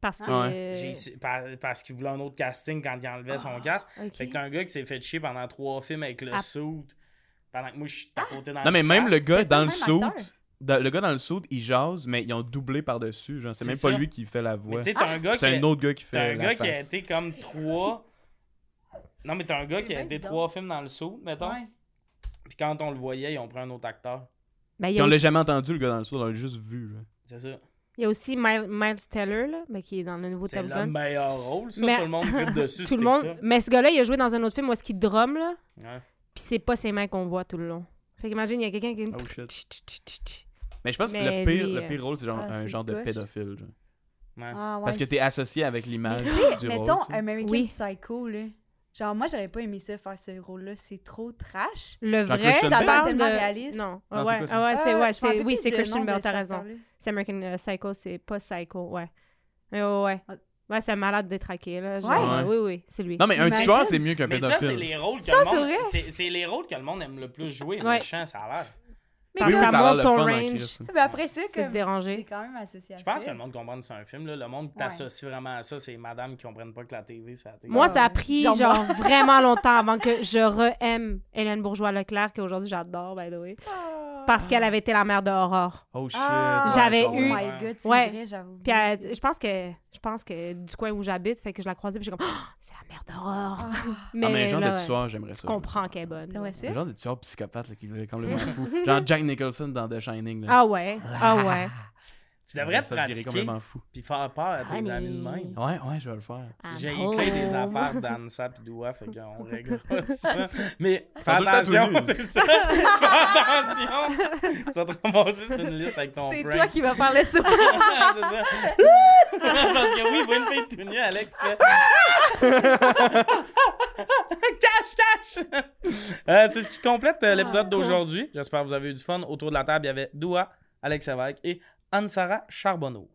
S3: Parce que. euh,
S4: Ouais.
S1: J'ai su- par- parce qu'ils voulaient un autre casting quand il enlevait son casque.
S3: Ok.
S1: Fait que t'as un gars qui s'est fait chier pendant trois films avec le
S3: Ah.
S1: suit, pendant que moi je suis à côté dans
S4: Non, mais même le
S1: craft.
S4: gars
S2: C'est pas
S4: dans
S2: le
S4: le
S2: même
S4: saut,
S2: acteur.
S4: le gars dans le saut, il jase, mais ils ont doublé par-dessus. genre, C'est
S1: C'est
S4: même pas
S1: ça.
S4: lui qui fait la voix.
S1: Mais tu sais,
S3: Ah.
S1: t'as un gars qui
S4: C'est
S1: a-
S4: un autre gars qui
S1: T'as
S4: fait
S1: un
S4: la
S1: gars qui a
S4: face.
S1: été comme
S3: [LAUGHS]
S1: trois. Non, mais t'as un gars
S2: C'est
S1: qui a
S2: bien
S1: été
S2: bizarre.
S1: trois films dans le saut, mettons.
S2: Ouais.
S1: Puis quand on le voyait, ils ont pris un autre acteur.
S3: Ben, il y
S4: Puis
S3: a
S4: on l'a
S3: aussi-
S4: jamais entendu, le gars dans le saut, on l'a juste vu. là.
S1: C'est ça.
S3: il y a aussi Miles Miles Teller, là, ben, qui est dans le nouveau
S1: C'est
S3: Top
S1: le
S3: Gun.
S1: meilleur rôle, ça.
S3: Mais-
S1: Tout le monde
S3: [LAUGHS]
S1: tripe dessus.
S3: Tout
S1: sur
S3: le monde.
S1: TikTok.
S3: Mais ce gars-là, il a joué dans un autre film où est-ce qu'il drumme, là.
S1: Ouais.
S3: Puis c'est pas ses mains qu'on voit tout le long. Fait qu'imagine, il y a quelqu'un qui.
S4: Oh, shit.
S3: Tch, tch, tch, tch, tch.
S4: Mais je pense que
S3: Mais
S4: le pire,
S3: lui,
S4: le pire rôle, c'est genre
S2: ah,
S4: un
S2: c'est
S4: genre de
S2: gauche.
S4: pédophile. genre.
S1: Ouais.
S2: Ah, ouais,
S4: Parce que t'es associé avec l'image
S2: Mais tu sais,
S4: du
S2: mettons euh,
S4: rôle. tu sais.
S2: American
S3: Oui.
S2: Psycho, là. Genre, moi, j'aurais pas aimé ça, faire ce rôle-là. C'est trop trash.
S3: Le
S4: Jean-Claude
S3: vrai,
S4: Christian
S3: ça
S2: Bale.
S3: parle
S2: Tellement
S3: de...
S2: réaliste.
S4: Non,
S3: Non,
S4: c'est
S3: ouais,
S4: quoi ça?
S3: ouais, c'est,
S2: Ah, je
S3: ouais,
S2: me rappelle
S3: c'est, oui,
S2: plus
S3: c'est
S2: le
S3: Christian
S2: nom de
S3: Bale, t'as
S2: cet
S3: raison.
S2: acteur-là.
S3: C'est American euh, Psycho, c'est pas Psycho, ouais. Ouais, ouais, ouais.
S2: Ah.
S3: Ouais, c'est malade détraqué, là. genre,
S2: Ouais.
S3: euh, Oui, oui, c'est lui.
S4: Non, mais un
S2: Imagine.
S4: tueur, c'est mieux qu'un
S1: Mais ça, c'est
S4: pédophile.
S1: les rôles que
S2: Ça,
S1: le
S2: c'est
S1: monde.
S2: vrai.
S1: C'est c'est les rôles que le monde aime le plus jouer,
S3: Ouais.
S1: méchant, ça a l'air.
S2: Mais
S3: Parce
S4: oui,
S3: que
S4: oui,
S3: ça
S4: ça a
S3: monte
S4: l'air
S3: ton
S4: le fun hein, en
S3: range.
S4: Christ.
S2: Mais après ça,
S3: c'est
S2: comme. T'es
S3: dérangé.
S2: quand même associé à
S1: Je pense
S2: ça.
S1: que le monde comprend que c'est un film. Là. Le monde t'associe vraiment à ça. C'est les madames qui comprennent pas que la TV, c'est la télé.
S3: Moi,
S2: Ouais,
S3: ça a
S2: ouais.
S3: pris
S2: Genre
S3: genre, vraiment longtemps avant que je re-aime Hélène Bourgeois-Leclerc, qu'aujourd'hui j'adore, by the way. Parce qu'elle avait été la mère de Aurore.
S4: Oh shit.
S2: Ah,
S4: ouais,
S3: J'avais
S4: je comprends.
S3: eu-
S2: Oh my god, c'est
S3: Ouais.
S2: vrai, j'avoue.
S3: Puis elle- je pense que je pense que du coin où j'habite, fait que je la croisais, puis j'ai comme [GASPS] Ah, c'est la mère d'Aurore.
S4: Ah, mais le genre
S3: là,
S4: de
S3: ouais,
S4: tueur, j'aimerais ça.
S3: tu
S4: je veux
S3: comprends
S4: ça.
S3: qu'elle est bonne.
S2: Ah ouais, c'est-
S4: Le genre de tueur psychopathe là, qui est complètement fou. Genre Jack Nicholson dans The Shining. Là.
S3: Ah ouais, ah [LAUGHS] ouais.
S1: Tu devrais te
S4: Ça devirait
S1: pratiquer
S4: complètement fou.
S1: puis faire peur à tes
S3: Honey.
S1: amis de même.
S4: Ouais, ouais, je vais le faire.
S3: I'm
S1: J'ai écrit des
S2: Ah,
S3: home.
S1: apparts d'Ansa pis d'Oua,
S2: [LAUGHS]
S1: fait qu'on réglera ça. Mais fais
S4: Ils sont tout le temps tout
S1: attention,
S4: nus.
S1: [LAUGHS] c'est ça. Fais attention. [LAUGHS] Tu vas te ramasser sur une liste avec ton
S2: C'est
S1: prank.
S2: toi qui vas faire
S1: [LAUGHS]
S2: le saut.
S1: c'est ça. [LAUGHS] Parce que oui, vous une fille tout nue, Alex fait. [LAUGHS] cache, cache! Euh, c'est ce qui complète euh,
S2: Ah,
S1: l'épisode d'aujourd'hui. J'espère que vous avez eu du fun. Autour de la table, il y avait Doua, Alex Avec et Anne-Sara Charbonneau.